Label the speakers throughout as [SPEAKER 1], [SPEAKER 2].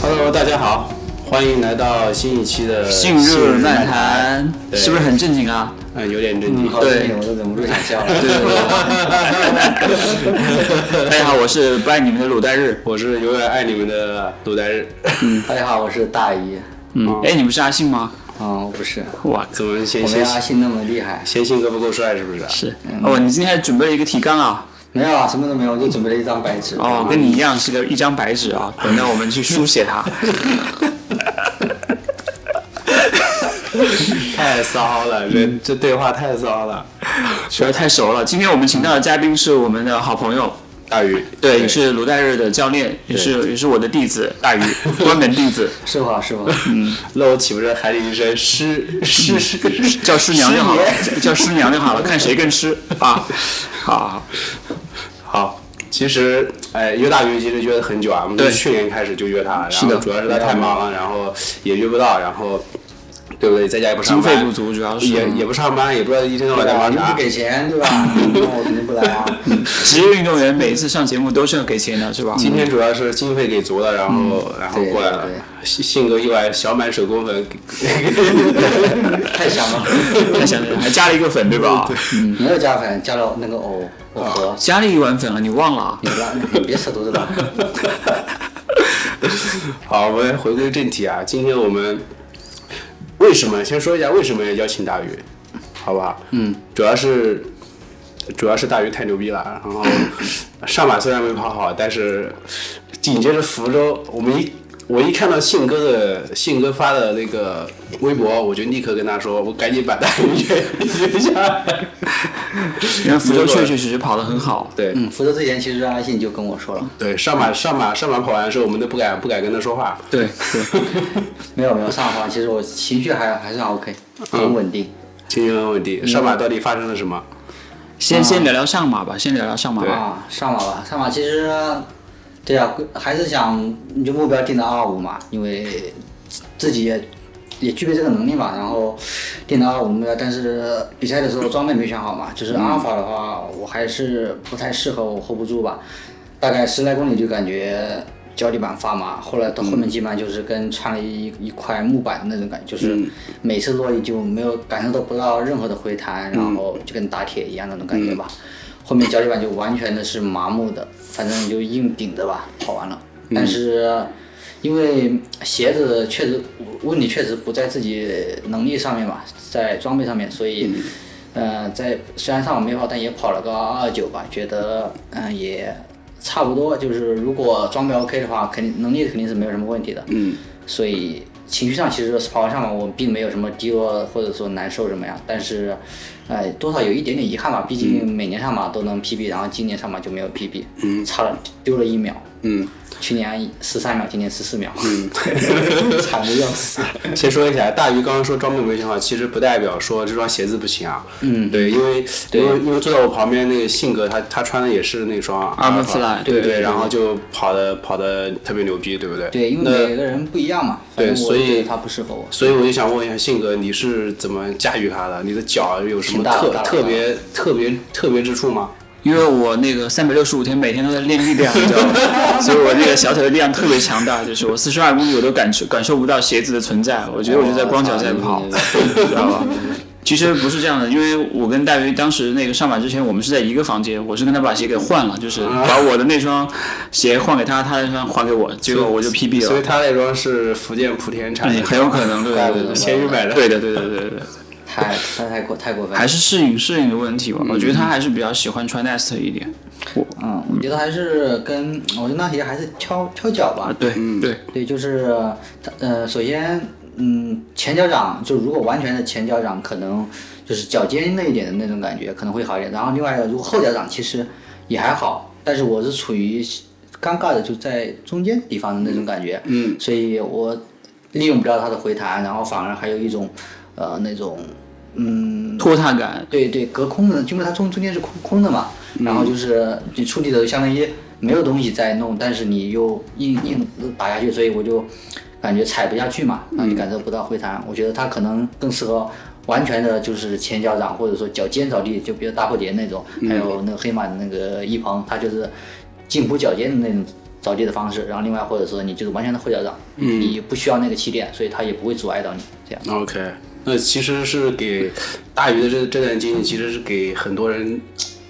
[SPEAKER 1] Hello，大家好，欢迎来到新一期的
[SPEAKER 2] 信呃日漫谈
[SPEAKER 1] 对
[SPEAKER 2] 是不是很正经 啊？
[SPEAKER 1] 嗯，有点震惊。
[SPEAKER 3] 好
[SPEAKER 2] 对
[SPEAKER 3] 新颖，我都忍不住想 笑
[SPEAKER 2] 对
[SPEAKER 3] 了。
[SPEAKER 2] 对对。大家好，我是不爱你们的鲁代日。
[SPEAKER 1] 我是永远爱你们的鲁代日，
[SPEAKER 3] 大家好，我是大姨。
[SPEAKER 2] 嗯，哎，你们是阿信吗？
[SPEAKER 3] 嗯，我不是，
[SPEAKER 2] 哇，
[SPEAKER 1] 怎么
[SPEAKER 3] 我
[SPEAKER 1] 先
[SPEAKER 3] 没
[SPEAKER 1] 先
[SPEAKER 3] 有阿信那么厉害。
[SPEAKER 1] 先性格不够帅是不是？
[SPEAKER 2] 是哦，你今天还准备了一个提纲啊？
[SPEAKER 3] 没有啊，什么都没有，我就准备了一张白纸。
[SPEAKER 2] 哦， 跟你一样是个一张白纸 啊，等到我们去书写 它。
[SPEAKER 1] 太骚了，这这对话太骚了。
[SPEAKER 2] 实在太熟了。今天我们请到的嘉宾是我们的好朋友，
[SPEAKER 1] 大鱼，
[SPEAKER 2] 对，也是卢代日的教练，也是也是我的弟子大 鱼，关门弟子，
[SPEAKER 3] 师傅啊， 师傅，
[SPEAKER 1] 那我岂不是喊你一声师师师？
[SPEAKER 2] 叫师娘就好了， 叫师娘就好了，看谁更吃啊。 好，
[SPEAKER 1] 好，其实哎，约大鱼其实约了很久啊，我们
[SPEAKER 2] 对
[SPEAKER 1] 从去年开始就约他，然
[SPEAKER 2] 是
[SPEAKER 1] 后
[SPEAKER 2] 的
[SPEAKER 1] 主要是他太忙了，然后也约不到，然后对不对？在家也不上
[SPEAKER 2] 经
[SPEAKER 1] 班，
[SPEAKER 2] 费不足主要是
[SPEAKER 1] 也也不上班，也不知道一天到晚在忙
[SPEAKER 3] 你
[SPEAKER 1] 啥
[SPEAKER 3] 不。给 钱对吧？啊那我肯定不来啊。
[SPEAKER 2] 职业运动员每一次上节目都是要给钱的，是吧？
[SPEAKER 1] 今天主要是经费给足了，然后然后
[SPEAKER 3] 对
[SPEAKER 1] 过来了
[SPEAKER 3] 嗯对对，
[SPEAKER 1] 性性格意外，小买手工粉，
[SPEAKER 3] 太香了，
[SPEAKER 2] 太 想了，还加了一个粉，对吧？
[SPEAKER 3] 没有加粉，加了那个藕藕盒。
[SPEAKER 2] 加了一碗嗯粉啊，你忘了啊？
[SPEAKER 3] 你不要，你别扯犊子了。
[SPEAKER 1] 好，我们回归正题啊，今天我们为什么先说一下为什么要邀请大鱼，好不好？嗯，主要是主要是大鱼太牛逼了，然后上马虽然没跑好，但是紧接着福州，我们一。我一看到信哥的信哥发的那个微博，我就立刻跟他说，我赶紧把大鱼约约下来。
[SPEAKER 2] 因为福州确确实实跑得很好，
[SPEAKER 1] 对，
[SPEAKER 3] 嗯，福州之前其实阿信就跟我说了，
[SPEAKER 1] 对，上马上马上马跑完的时候，我们都不敢不敢跟他说话。
[SPEAKER 2] 对对，
[SPEAKER 3] 没有没有上环，其实我情绪还还算 OK，很
[SPEAKER 2] 嗯
[SPEAKER 3] 稳定。
[SPEAKER 1] 情绪很稳定，上马到底发生了什么？
[SPEAKER 2] 先先聊聊上马吧，先聊聊上马吧。
[SPEAKER 3] 啊，上马吧，上马其实，对啊，还是想你就目标定到二五嘛，因为自己也也具备这个能力嘛，然后定到二五目标，但是比赛的时候装备没选好嘛，就是阿尔法的话，我还是不太适合，我 hold 不住吧，大概十来公里就感觉。脚底板发麻，后来到后面基本上就是跟穿了一、一块木板的那种感觉，就是每次落地就没有感受到不到任何的回弹，然后就跟打铁一样那种感觉吧。后面脚底板就完全的是麻木的，反正就硬顶着吧，跑完了。但是因为鞋子确实问题确实不在自己能力上面嘛，在装备上面，所以。呃，在虽然上午没跑，但也跑了个二二九吧，觉得嗯、也差不多。就是如果装备 OK 的话，肯定能力肯定是没有什么问题的。嗯，所以情绪上其实跑完上马我并没有什么低落或者说难受什么样，但是，呃，多少有一点点遗憾吧，毕竟每年上马都能 PB，然后今年上马就没有 PB，嗯，差了丢了一秒，嗯，去年十三秒，今年十四秒，嗯， 惨的要死。
[SPEAKER 1] 先说一下，大鱼刚刚说装备没选好，其实不代表说这双鞋子不行啊。嗯，对，因为因为因为坐在我旁边那个信哥，他他穿的也是那双
[SPEAKER 2] Armour
[SPEAKER 1] Alpha，
[SPEAKER 2] Fly，
[SPEAKER 1] 对
[SPEAKER 2] 对
[SPEAKER 1] 对，然后就跑的跑的特别牛逼，对不对？
[SPEAKER 3] 对，因为
[SPEAKER 1] 那
[SPEAKER 3] 每个人不一样嘛，反
[SPEAKER 1] 对
[SPEAKER 3] 正我
[SPEAKER 1] 所以
[SPEAKER 3] 觉得他不适合我。
[SPEAKER 1] 所以我就想问一下信哥，你是怎么驾驭它的？你的脚有什么
[SPEAKER 3] 挺大的
[SPEAKER 1] 特
[SPEAKER 3] 大的
[SPEAKER 1] 特别特别特别之处吗？
[SPEAKER 2] 因为我那个三百六十五天每天都在练力量，你知道 吗？所以我那个小腿的力量特别强大，就是我四十二公里我都感受感受不到鞋子的存在，我觉得我就在光脚在跑，
[SPEAKER 3] 嗯
[SPEAKER 2] 知道吧？其实不是这样的，因为我跟戴维当时那个上马之前，我们是在一个房间，我是跟他把鞋给换了，就是把我的那双鞋换给他，他那双还给我，结果我就 PB 了。
[SPEAKER 1] 所以他那双是福建莆田产
[SPEAKER 2] 哎
[SPEAKER 3] 嗯
[SPEAKER 1] 的，
[SPEAKER 2] 很有可能，对对对对，
[SPEAKER 1] 咸鱼买的。
[SPEAKER 2] 对的，对的对对对，
[SPEAKER 3] 太太太过太过分了。
[SPEAKER 2] 还是适应适应的问题吧。我觉得他还是比较喜欢穿 Nest 一点。
[SPEAKER 3] 嗯，我觉得还是跟我觉得那鞋还是挑挑脚吧。
[SPEAKER 2] 对嗯对，
[SPEAKER 3] 对，就是它呃，首先嗯，前脚掌就如果完全的前脚掌，可能就是脚尖那一点的那种感觉可能会好一点。然后另外一个，如果后脚掌其实也还好，但是我是处于尴尬的就在中间地方的那种感觉，嗯，所以我利用不了它的回弹，然后反而还有一种呃那种嗯
[SPEAKER 2] 拖沓感
[SPEAKER 3] 对对，隔空的，因为它中中间是空空的嘛，然后就是你触地的时候相当于没有东西在弄，但是你又硬硬打下去，所以我就感觉踩不下去嘛，让你感受不到回弹。我觉得它可能更适合完全的就是前脚掌或者说脚尖着地，就比如大蝴蝶那种，还有那个黑马的那个一鹏，它就是近乎脚尖的那种着地的方式，然后另外或者说你就是完全的后脚掌，你不需要那个气垫，所以它也不会阻碍到你这样。
[SPEAKER 1] OK，那其实是给大鱼的这这段经历，其实是给很多人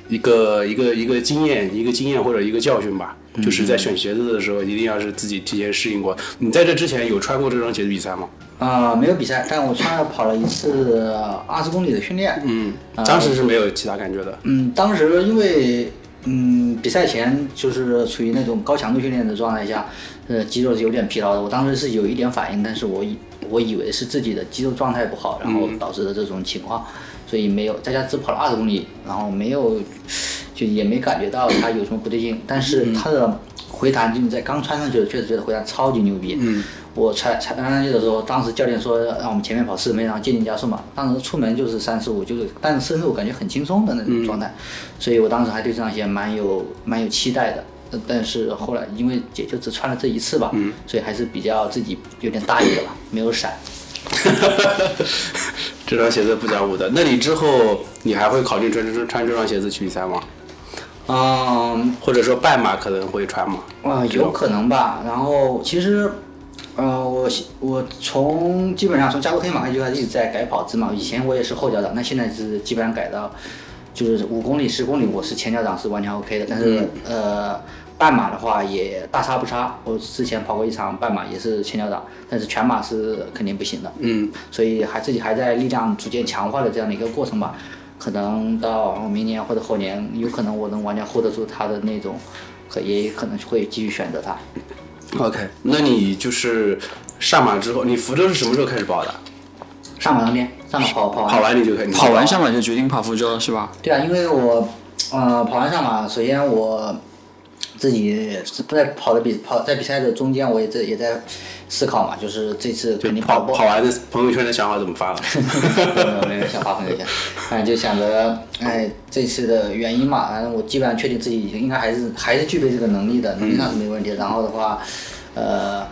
[SPEAKER 1] 一个一个一个经验，一个经验或者一个教训吧。就是在选鞋子的时候，一定要是自己提前适应过。你在这之前有穿过这双鞋子比赛吗？
[SPEAKER 3] 啊、没有比赛，但我穿了跑了一次二十公里的训练。
[SPEAKER 1] 嗯，当时是没有其他感觉的。
[SPEAKER 3] 嗯，当时因为嗯比赛前就是处于那种高强度训练的状态下，呃，肌肉是有点疲劳的。我当时是有一点反应，但是我以我以为是自己的肌肉状态不好，然后导致的这种情况，所以没有在家只跑了二十公里，然后没有就也没感觉到它有什么不对劲。但是它的回弹，就你在刚穿上去的，确实觉得回弹超级牛逼。嗯，我穿穿上去的时候，当时教练说让我们前面跑四十米，然后接近加速嘛。当时出门就是三十五，就是但是四十五感觉很轻松的那种状态，所以我当时还对这双鞋蛮有蛮有期待的。呃但是后来因为也就只穿了这一次吧，所以还是比较自己有点大意了吧，没有闪。
[SPEAKER 1] 呃 这双鞋子不讲武德。那你之后你还会考虑穿穿穿这双鞋子去比赛吗？
[SPEAKER 3] 嗯，
[SPEAKER 1] 或者说半马可能会穿吗？
[SPEAKER 3] 啊、有可能吧。然后其实，呃，我我从基本上从加州黑马开始就开始一直在改跑姿嘛。以前我也是后脚掌，那现在是基本上改到就是五公里、十公里，我是前脚掌是完全 OK 的。但是、呃，半马的话也大差不差。我之前跑过一场半马也是前脚掌，但是全马是肯定不行的。
[SPEAKER 1] 嗯，
[SPEAKER 3] 所以还自己还在力量逐渐强化的这样的一个过程吧。可能到明年或者后年，有可能我能完全 hold 得住他的那种，可也可能会继续选择他。
[SPEAKER 1] OK，那你就是上马之后，你福州是什么时候开始跑的？
[SPEAKER 3] 上马当天，上马跑跑完。
[SPEAKER 1] 跑完你就开始
[SPEAKER 2] 跑完上马就决定跑福州是吧？
[SPEAKER 3] 对啊，因为我，呃，跑完上马，首先我自己是不在跑的比跑在比赛的中间，我也在也在思考嘛，就是这次肯定
[SPEAKER 1] 跑
[SPEAKER 3] 不
[SPEAKER 1] 跑完的朋友圈的想好怎么发了。
[SPEAKER 3] 没有没有想发朋友圈，哎，就想着哎这次的原因嘛，反嗯正我基本上确定自己已经应该还是还是具备这个能力的，能力上是没问题的。然后的话，呃，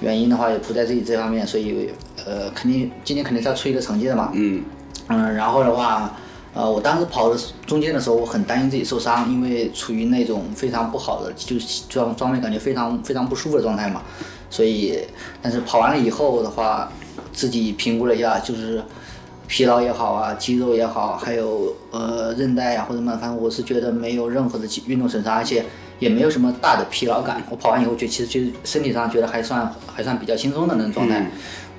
[SPEAKER 3] 原因的话也不在自己这方面，所以呃肯定今天肯定是要出一个成绩的嘛。
[SPEAKER 1] 嗯
[SPEAKER 3] 嗯，然后的话，呃，我当时跑的中间的时候，我很担心自己受伤，因为处于那种非常不好的，就是装装备感觉非常非常不舒服的状态嘛。所以，但是跑完了以后的话，自己评估了一下，就是疲劳也好啊，肌肉也好，还有呃韧带呀、或者慢，反正我是觉得没有任何的肌运动损伤，而且也没有什么大的疲劳感。我跑完以后，觉其实就身体上觉得还算还算比较轻松的那种状态。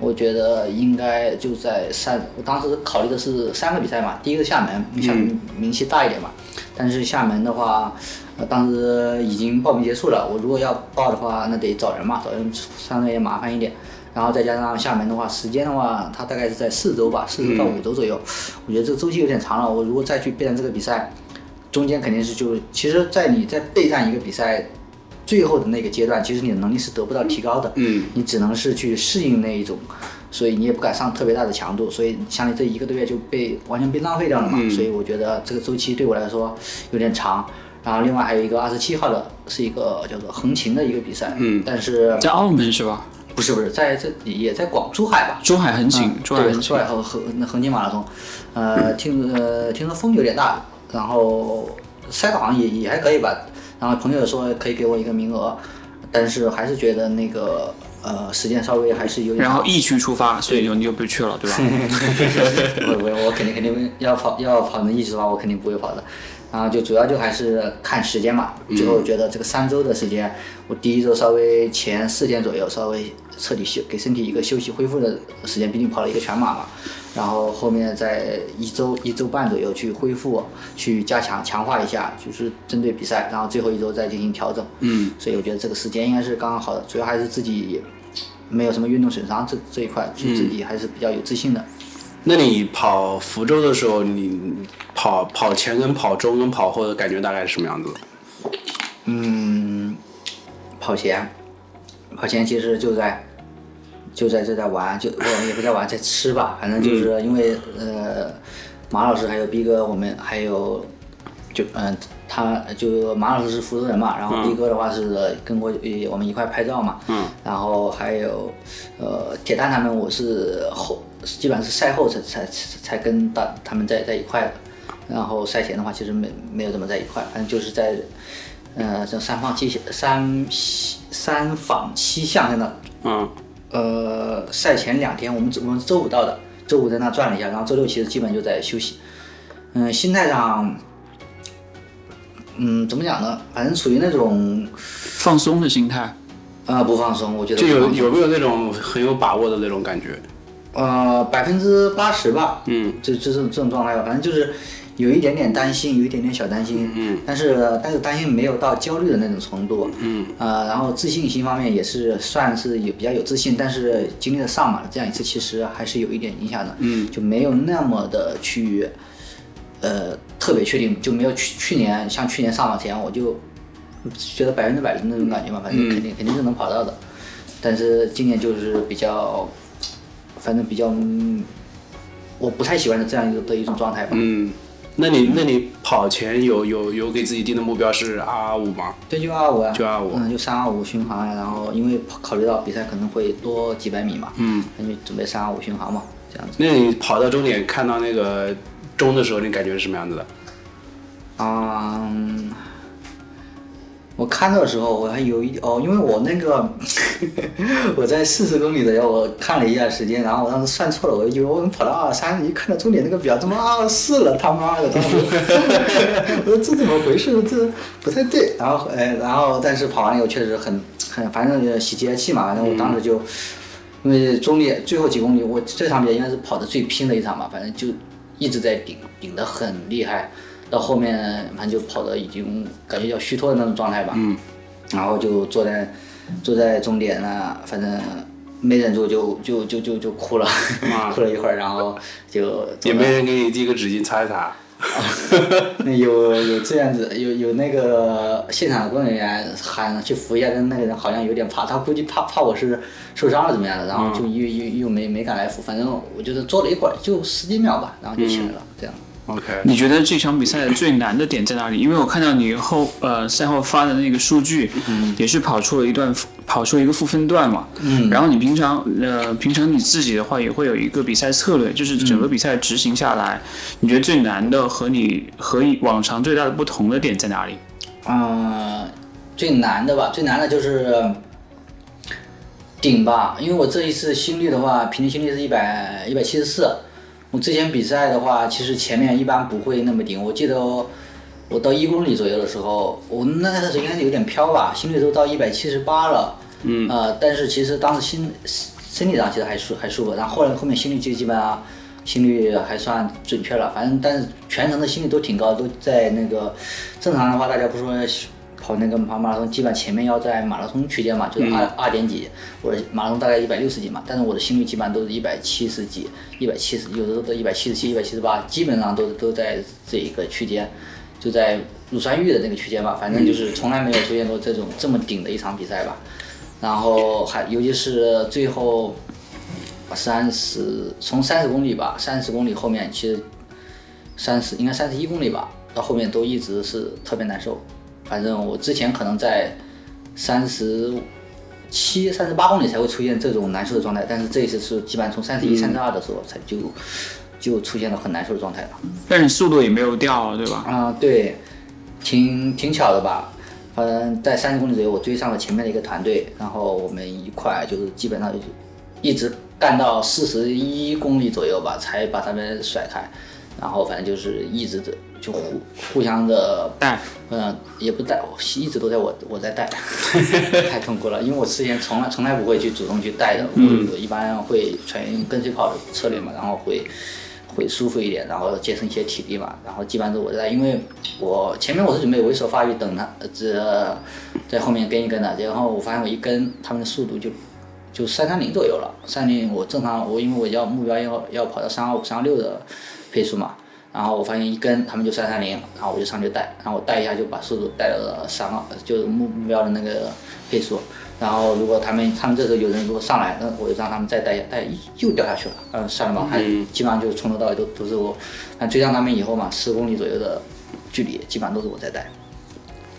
[SPEAKER 3] 我觉得应该就在三，我当时考虑的是三个比赛嘛，第一个厦门，厦门名气大一点嘛，但是厦门的话，呃，当时已经报名结束了，我如果要报的话，那得找人嘛，找人相对也麻烦一点。然后再加上厦门的话，时间的话，它大概是在四周吧，四周到五周左右。我觉得这个周期有点长了，我如果再去备战这个比赛，中间肯定是就，其实，在你在备战一个比赛最后的那个阶段，其实你的能力是得不到提高的，
[SPEAKER 1] 嗯，
[SPEAKER 3] 你只能是去适应那一种，所以你也不敢上特别大的强度，所以像你这一个多月就被完全被浪费掉了嘛，所以我觉得这个周期对我来说有点长。然后另外还有一个二十七号的是一个叫做横琴的一个比赛，嗯，但是
[SPEAKER 2] 在澳门是吧？
[SPEAKER 3] 不是不是在这也在广珠海吧？
[SPEAKER 2] 珠海横琴，
[SPEAKER 3] 嗯
[SPEAKER 2] 珠海
[SPEAKER 3] 对
[SPEAKER 2] 横
[SPEAKER 3] 珠
[SPEAKER 2] 琴。
[SPEAKER 3] 海和和那横琴马拉松，呃，听呃听说风有点大，然后赛道好像也也还可以吧，然后朋友说可以给我一个名额，但是还是觉得那个呃时间稍微还是有点
[SPEAKER 2] 然
[SPEAKER 3] 长。
[SPEAKER 2] 后疫 E 区出发，所以就你就不去了， 对吧？
[SPEAKER 3] 我我我肯定肯定要跑要跑能一直跑，我肯定不会跑的。然后就主要就还是看时间嘛。最后我觉得这个三周的时间，我第一周稍微前四天左右稍微彻底休给身体一个休息恢复的时间，毕竟跑了一个全马嘛。然后后面在一周一周半左右去恢复，去加强强化一下，就是针对比赛，然后最后一周再进行调整。嗯，所以我觉得这个时间应该是刚刚好的，主要还是自己没有什么运动损伤这这一块，就自己还是比较有自信的。
[SPEAKER 1] 那你跑福州的时候，你跑跑前跟跑中跟跑后的感觉大概是什么样子的？
[SPEAKER 3] 嗯，跑前，跑前其实就在就在这在玩，就我也不在玩，在吃吧，反正就是因为、呃，马老师还有逼哥，我们还有就嗯、他就马老师是福州人嘛，然后逼哥的话是跟我、呃我们一块拍照嘛，嗯，然后还有呃铁蛋他们，我是后基本上是赛后才才才才跟大他们在在一块的。然后赛前的话，其实没没有怎么在一块，反正就是在呃，这三坊七项三三坊七项在那，
[SPEAKER 1] 嗯
[SPEAKER 3] 呃，赛前两天我们我们周五到的，周五在那转了一下，然后周六其实基本就在休息。嗯，心态上，嗯，怎么讲呢？反正处于那种
[SPEAKER 2] 放松的心态，
[SPEAKER 3] 呃不放松，我觉得
[SPEAKER 1] 就
[SPEAKER 3] 不
[SPEAKER 1] 有
[SPEAKER 3] 放松
[SPEAKER 1] 有没有那种很有把握的那种感觉？
[SPEAKER 3] 呃百分之八十吧，
[SPEAKER 1] 嗯，
[SPEAKER 3] 就就这种这种状态吧，反正就是有一点点担心，有一点点小担心，嗯，但是但是担心没有到焦虑的那种程度，嗯，呃，然后自信心方面也是算是有比较有自信，但是经历了上马的这样一次，其实还是有一点影响的，嗯，就没有那么的去，呃，特别确定，就没有去去年像去年上马前我就觉得百分之百的那种感觉嘛，反正肯定肯定是能跑到的，但是今年就是比较，反正比较。嗯我不太喜欢的这样一个的一种状态吧。
[SPEAKER 1] 嗯，那你那你跑前有有有给自己定的目标是二二五吗？
[SPEAKER 3] 对，就二五呀，
[SPEAKER 1] 就25
[SPEAKER 3] 嗯，就三二五巡航呀。然后因为考虑到比赛可能会多几百米嘛，嗯，那就准备三二五巡航嘛，这样子。
[SPEAKER 1] 那你跑到终点看到那个钟的时候，你感觉是什么样子的？
[SPEAKER 3] 啊、嗯我看到的时候我还有一哦，因为我那个 我在四十公里左右，我看了一下时间，然后我当时算错了，我以为我们跑到二三，一看到终点那个表，他妈二四了，他妈的！当时我说这怎么回事？这不太对。然后哎，然后但是跑完以后确实很很，反正也喜极而泣嘛。反正我当时就。因为终点最后几公里，我这场比赛应该是跑的最拼的一场吧，反正就一直在顶，顶得很厉害，到后面反正就跑得已经感觉要虚脱的那种状态吧。嗯。然后就坐在坐在终点那，反正没忍住就就就就就哭了， 哭了一会儿，然后就
[SPEAKER 1] 也没人给你递个纸巾擦一擦。
[SPEAKER 3] 那有有这样子，有有那个现场的工作人员喊去扶一下，但那个人好像有点怕，他估计怕怕我是受伤了怎么样的，然后就又又又没没敢来扶，反正我觉得坐了一会儿就十几秒吧，然后就起来了，这样。
[SPEAKER 1] OK，
[SPEAKER 2] 你觉得这场比赛最难的点在哪里？因为我看到你后呃赛后发的那个数据，也是跑出了一段跑出了一个负分段嘛。嗯。然后你平常呃平常你自己的话也会有一个比赛策略，就是整个比赛执行下来，你觉得最难的和你和以往常最大的不同的点在哪里？
[SPEAKER 3] 嗯，最难的吧，最难的就是顶吧，因为我这一次心率的话，平均心率是一百一百七十四。我之前比赛的话，其实前面一般不会那么顶，我记得我我到一公里左右的时候，我那时候应该是有点飘吧，心率都到一百七十八了。嗯。呃，但是其实当时心身体上其实还舒还舒服，然后后来后面心率就基本上心率还算准确了，反正但是全程的心率都挺高，都在那个正常的话，大家不说跑那个跑马拉松，基本前面要在马拉松区间嘛，就是二二点几，我的马拉松大概一百六十几嘛，但是我的心率基本上都是一百七十几，一百七十，有的都一百七十七、一百七十八，基本上都都在这一个区间，就在乳酸阈的那个区间吧，反正就是从来没有出现过这种这么顶的一场比赛吧，然后还尤其是最后三十从三十公里吧，三十公里后面其实三十应该三十一公里吧，到后面都一直是特别难受。反正我之前可能在三十七、三十八公里才会出现这种难受的状态，但是这一次是基本上从三十一、三十二的时候才就就出现了很难受的状态了。
[SPEAKER 2] 但是你速度也没有掉，对吧？
[SPEAKER 3] 啊、对，挺挺巧的吧？反正在三十公里左右，我追上了前面的一个团队，然后我们一块就是基本上就一直干到四十一公里左右吧，才把他们甩开。然后反正就是一直的就互互相的
[SPEAKER 2] 带，
[SPEAKER 3] 嗯、也不带，我一直都在我我在带，太痛苦了，因为我之前从来从来不会去主动去带的，我、我一般会采用跟随跑的策略嘛，然后会会舒服一点，然后节省一些体力嘛，然后基本上都我在带，因为我前面我是准备猥手发育等他，呃这在后面跟一跟的，然后我发现我一跟他们的速度就就三三零左右了，三零我正常我因为我要目标要要跑到三二五三二六的配速嘛，然后我发现一跟他们就三三零，然后我就上去带，然后我带一下就把速度带到了三二，就是目目标的那个配速，然后如果他们他们这时候有人如果上来，那我就让他们再带一下，带又掉下去了，嗯，算了吧，还基本上就是从头到尾都都是我，但追上他们以后嘛，十公里左右的距离基本上都是我在带。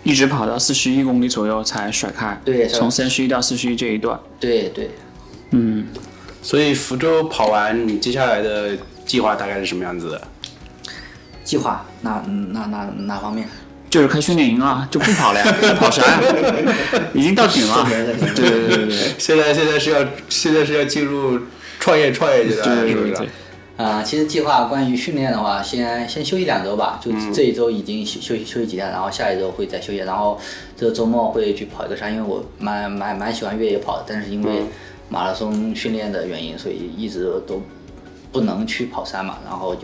[SPEAKER 2] 一直跑到四十一公里左右才甩开。
[SPEAKER 3] 对是
[SPEAKER 2] 从三十一到四十一这一段。
[SPEAKER 3] 对对，
[SPEAKER 1] 所以福州跑完，你接下来的计划大概是什么样子的？
[SPEAKER 3] 计划那那那哪方面？
[SPEAKER 2] 就是开训练营啊，就不跑了呀，还跑啥呀？ 已经到顶了。啊对对对对对
[SPEAKER 1] 现在现在是要现在是要进入创业创业阶段了，
[SPEAKER 2] 对
[SPEAKER 1] 是不
[SPEAKER 2] 对
[SPEAKER 1] 是？
[SPEAKER 2] 对，
[SPEAKER 3] 啊、其实计划关于训练的话，先先休息两周吧，就这一周已经休休息休息几天，然后下一周会再休息，然后这周末会去跑一个山，因为我蛮蛮蛮喜欢越野跑的，但是因为马拉松训练的原因，所以一直都不能去跑山嘛，然后就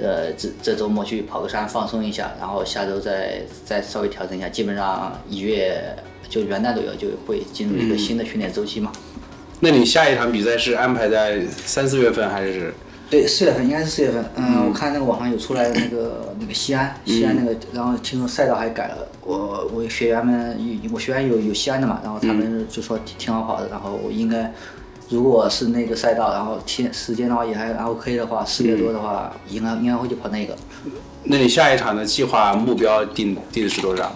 [SPEAKER 3] 呃这这周末去跑个山放松一下，然后下周再再稍微调整一下，基本上一月就元旦左右就会进入一个新的训练周期嘛。
[SPEAKER 1] 那你下一场比赛是安排在三四月份还是？
[SPEAKER 3] 对，四月份应该是四月份。嗯，我看那个网上有出来的那个那个西安，西安那个，然后听说赛道还改了。我我学员们，有我学员有有西安的嘛，然后他们就说挺挺好跑的，然后我应该。如果是那个赛道，然后天时间的话也还 OK 的话，四月多的话，应该应该会去跑那个。
[SPEAKER 1] 那你下一场的计划目标定定的是多少？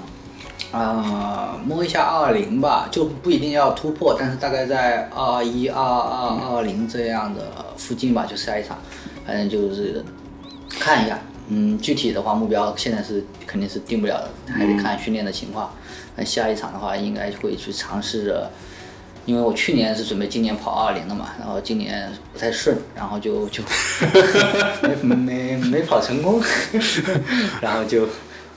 [SPEAKER 3] 啊、摸一下二二零吧，就不一定要突破，但是大概在二一、二二、二零这样的附近吧，就下一场，反正就是看一下。嗯，具体的话目标现在是肯定是定不了的，还得看训练的情况。那、下一场的话，应该会去尝试着，因为我去年是准备今年跑二二零的嘛，然后今年不太顺，然后就 就没没没跑成功， 然后就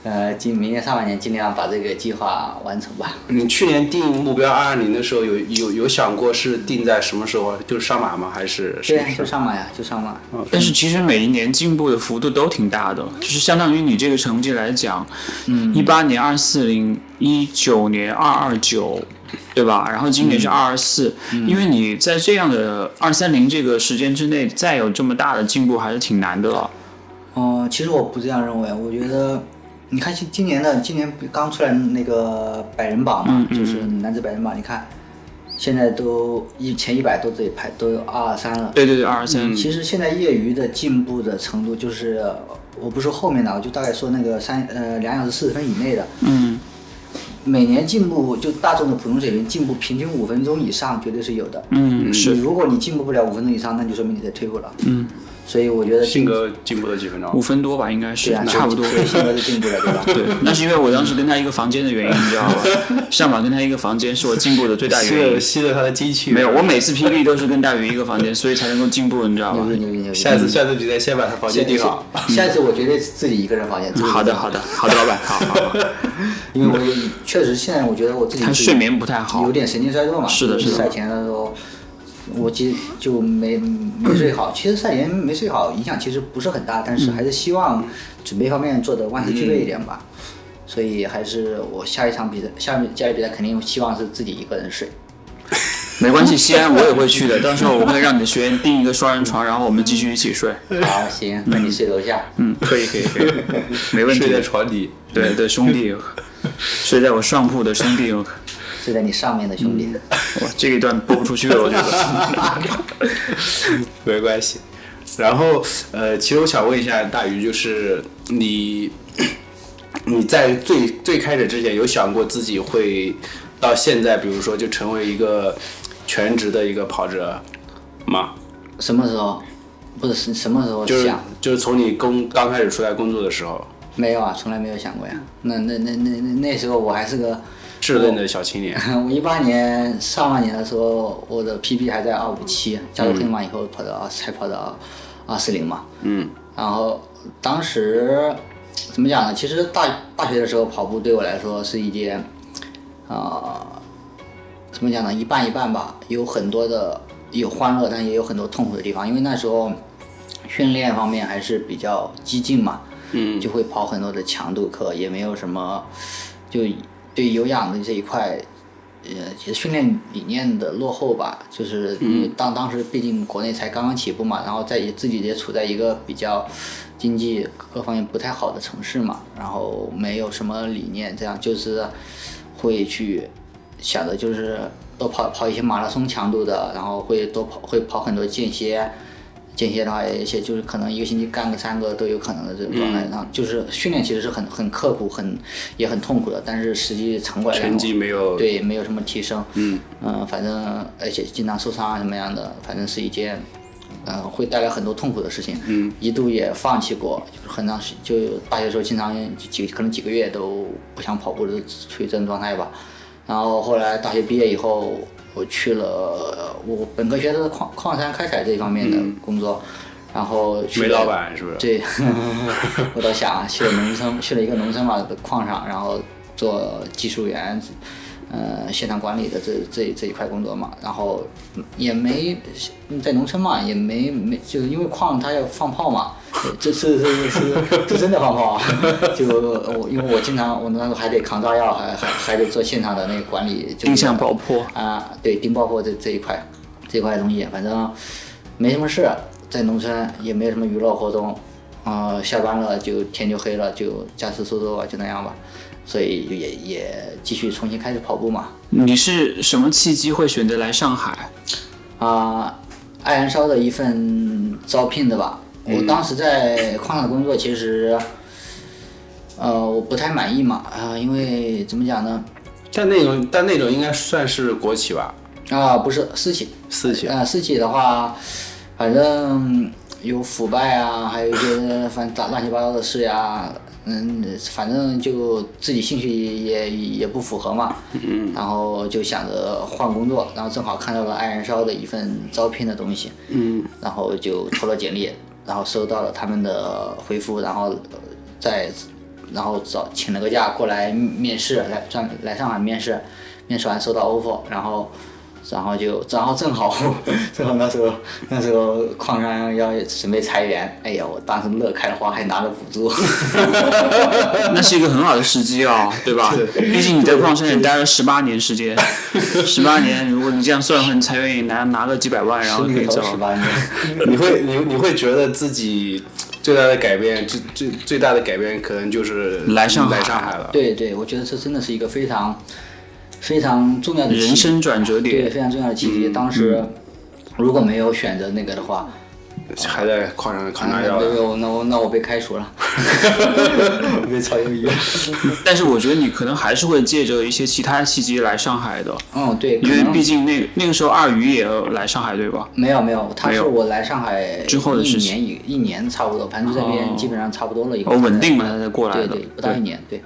[SPEAKER 3] 呃今明年上半年尽量把这个计划完成吧。
[SPEAKER 1] 你去年定目标二二零的时候有，有有想过是定在什么时候啊？就是上马吗？还是嗯什
[SPEAKER 3] 对
[SPEAKER 1] 么
[SPEAKER 3] 啊，就上马呀，就上马。
[SPEAKER 2] 但是其实每一年进步的幅度都挺大的，就是相当于你这个成绩来讲，嗯，一八年二四零，一九年二二九，对吧？然后今年是二二四，因为你在这样的二三零这个时间之内再有这么大的进步还是挺难的了。
[SPEAKER 3] 嗯、其实我不这样认为，我觉得，你看今今年的今年刚出来那个百人榜
[SPEAKER 1] 嗯
[SPEAKER 3] 嘛，就是男子百人榜，你看现在都一前一百都得排都有二二三了。
[SPEAKER 2] 对对对，二二三，
[SPEAKER 3] 其实现在业余的进步的程度，就是我不说后面的，我就大概说那个三呃两小时四十分以内的，
[SPEAKER 2] 嗯，
[SPEAKER 3] 每年进步就大众的普通水平进步平均五分钟以上绝对是有的。
[SPEAKER 2] 嗯是
[SPEAKER 3] 你如果你进步不了五分钟以上，那就说明你在退步了。嗯，所以我觉得
[SPEAKER 1] 性
[SPEAKER 3] 进
[SPEAKER 1] 格进步了几分钟？
[SPEAKER 2] 五分多吧，应该是
[SPEAKER 3] 对啊，
[SPEAKER 2] 差不多。
[SPEAKER 3] 所以性格就进步了，对吧？
[SPEAKER 2] 对，那是因为我当时跟他一个房间的原因，你知道吧？上马跟他一个房间是我进步的最大
[SPEAKER 1] 吸
[SPEAKER 2] 原
[SPEAKER 1] 了
[SPEAKER 2] 因。
[SPEAKER 1] 吸了他的精气。
[SPEAKER 2] 没有，我每次 PB 都是跟大宇一个房间，所以才能够进步，你知道
[SPEAKER 3] 牛
[SPEAKER 2] 吧
[SPEAKER 3] 逼？牛逼牛逼！
[SPEAKER 1] 下次下次比赛先把他房
[SPEAKER 3] 下
[SPEAKER 1] 间
[SPEAKER 3] 次
[SPEAKER 1] 定好。
[SPEAKER 3] 下次我绝对自己一个人房间。自己
[SPEAKER 2] 好的，好的，好的，老板，好好好。
[SPEAKER 3] 因为我也确实现在我觉得我自己
[SPEAKER 2] 他睡眠不太好
[SPEAKER 3] 有点神经衰弱嘛。
[SPEAKER 2] 是的是的
[SPEAKER 3] 赛前的时候，我其实就没没 睡好。其实赛前没睡好影响其实不是很大，但是还是希望准备方面做的万事俱备一点吧。
[SPEAKER 2] 嗯
[SPEAKER 3] 所以还是我下一场比赛，下面下一场比赛肯定希望是自己一个人睡。
[SPEAKER 2] 没关系，西安我也会去的，到时候我会让你的学员订一个双人床，然后我们继续一起睡。
[SPEAKER 3] 好，行，那你睡楼下。
[SPEAKER 2] 嗯，可以，可以，可以， 没问题
[SPEAKER 1] 睡在
[SPEAKER 2] 的。
[SPEAKER 1] 床底，
[SPEAKER 2] 对对，兄弟， 睡在我上铺的兄弟，哇，
[SPEAKER 3] 睡在你上面的兄弟。
[SPEAKER 2] 嗯这一段播不出去了，我觉 得。
[SPEAKER 1] 没关系。然后呃，其实我想问一下大鱼，就是你你在最最开始之前有想过自己会到现在，比如说就成为一个全职的一个跑者吗？
[SPEAKER 3] 什么时候？不是什什么时候
[SPEAKER 1] 就是
[SPEAKER 3] 想？
[SPEAKER 1] 就是从你工刚开始出来工作的时候，
[SPEAKER 3] 没有啊，从来没有想过呀。那那那那那那时候我还是个，
[SPEAKER 1] 稚嫩的小青年，
[SPEAKER 3] 我一八年上半年的时候，我的 PB 还在二五七，加入黑马以后跑到二才跑到二四零嘛。
[SPEAKER 1] 嗯，
[SPEAKER 3] 然后当时怎么讲呢？其实大大学的时候跑步对我来说是一件，啊、怎么讲呢？一半一半吧，有很多的有欢乐，但也有很多痛苦的地方，因为那时候训练方面还是比较激进嘛，嗯，就会跑很多的强度课，也没有什么就对有氧的这一块。呃，其实训练理念的落后吧，就是因为当当时毕竟国内才刚刚起步嘛，然后在也自己也处在一个比较经济各方面不太好的城市嘛，然后没有什么理念，这样就是会去想的就是多跑跑一些马拉松强度的，然后会多跑会跑很多间歇，间歇的话有一些就是可能一个星期干个三个都有可能的这种状态，然后就是训练其实是很很刻苦，很也很痛苦的，但是实际成果来看
[SPEAKER 1] 成绩没有
[SPEAKER 3] 对没有呃什么提升，嗯、反正而且经常受伤啊什么样的，反正是一件呃，会带来很多痛苦的事情。嗯，一度也放弃过，就是很长时，就大学时候经常几可能几个月都不想跑步，就处于这种状态吧。然后后来大学毕业以后，我去了我本科学的是矿矿山开采这一方面的工作，然后
[SPEAKER 1] 嗯
[SPEAKER 3] 去
[SPEAKER 1] 煤
[SPEAKER 3] 了
[SPEAKER 1] 老板是不是
[SPEAKER 3] 对，我倒想去了农村，去了一个农村吧的矿上，然后做技术员，呃，现场管理的这这这一块工作嘛，然后也没在农村嘛，也没没就是因为矿它要放炮嘛，这是是是是真的放炮啊， 就我因为我经常我那时候还得扛炸药，还还还得做现场的那个管理，就是
[SPEAKER 2] 定向爆破。
[SPEAKER 3] 啊，对，盯爆破这这一块，这一块东西，反正没什么事，在农村也没有什么娱乐活动，呃，下班了就天就黑了，就加速搜索吧，啊就那样吧，所以也也继续重新开始跑步嘛，
[SPEAKER 2] 你是什么契机会选择来上海？
[SPEAKER 3] 啊、爱燃烧的一份招聘的吧。我当时在矿上工作，其实，呃，我不太满意嘛，啊、因为怎么讲呢？
[SPEAKER 1] 但那种但那种应该算是国企吧，
[SPEAKER 3] 啊、不是私企，
[SPEAKER 1] 私企。
[SPEAKER 3] 啊、私企的话，反正有腐败啊，还有一些反正杂乱七八糟的事呀、嗯，反正就自己兴趣也也不符合嘛，嗯，然后就想着换工作，然后正好看到了爱燃烧的一份招聘的东西，嗯，然后就投了简历，然后收到了他们的回复，然后呃再然后找请了个假过来面试，来上来上海面试，面试完收到 offer，然后然后就然后正好 正好那时候那时候矿山要准备裁员，哎呀，我当时乐开了花，还拿了补 助，
[SPEAKER 2] 那是一个很好的时机 哦，对吧？毕竟你在矿山也待了十八年时间，十八年，如果你这样算的话，你才愿意拿拿个几百万，然后可以走。
[SPEAKER 3] 十八年，
[SPEAKER 1] 你会你你会觉得自己最大的改变，最最最大的改变可能就是
[SPEAKER 2] 来上海
[SPEAKER 1] 来上海了。
[SPEAKER 3] 对对，我觉得这真的是一个非常非常重要的
[SPEAKER 2] 人
[SPEAKER 3] 契机
[SPEAKER 2] 生嗯转折
[SPEAKER 3] 对
[SPEAKER 2] 点，
[SPEAKER 3] 非常重要的契机。当时如果没有选择那个的话，
[SPEAKER 1] 还在矿上扛
[SPEAKER 2] 哎
[SPEAKER 1] 炸药
[SPEAKER 3] 那
[SPEAKER 2] 嗯
[SPEAKER 1] 的，
[SPEAKER 3] 我那我那我被 开除了，被炒鱿鱼。
[SPEAKER 2] 但是我觉得你可能还是会借着一些其他契机来上海的，
[SPEAKER 3] 嗯，对，可
[SPEAKER 2] 因为
[SPEAKER 3] 能
[SPEAKER 2] 毕竟那个那个时候二鱼也要来上海，对吧？
[SPEAKER 3] 没有没有，他
[SPEAKER 2] 没
[SPEAKER 3] 是
[SPEAKER 2] 有
[SPEAKER 3] 我来上海
[SPEAKER 2] 之后的
[SPEAKER 3] 一
[SPEAKER 2] 事情
[SPEAKER 3] 年以一年差不多，反正这
[SPEAKER 2] 哦
[SPEAKER 3] 边基本上差不多了，一个
[SPEAKER 2] 哦，稳定嘛，他才过来
[SPEAKER 3] 对
[SPEAKER 2] 的
[SPEAKER 3] 对，，不到一年，对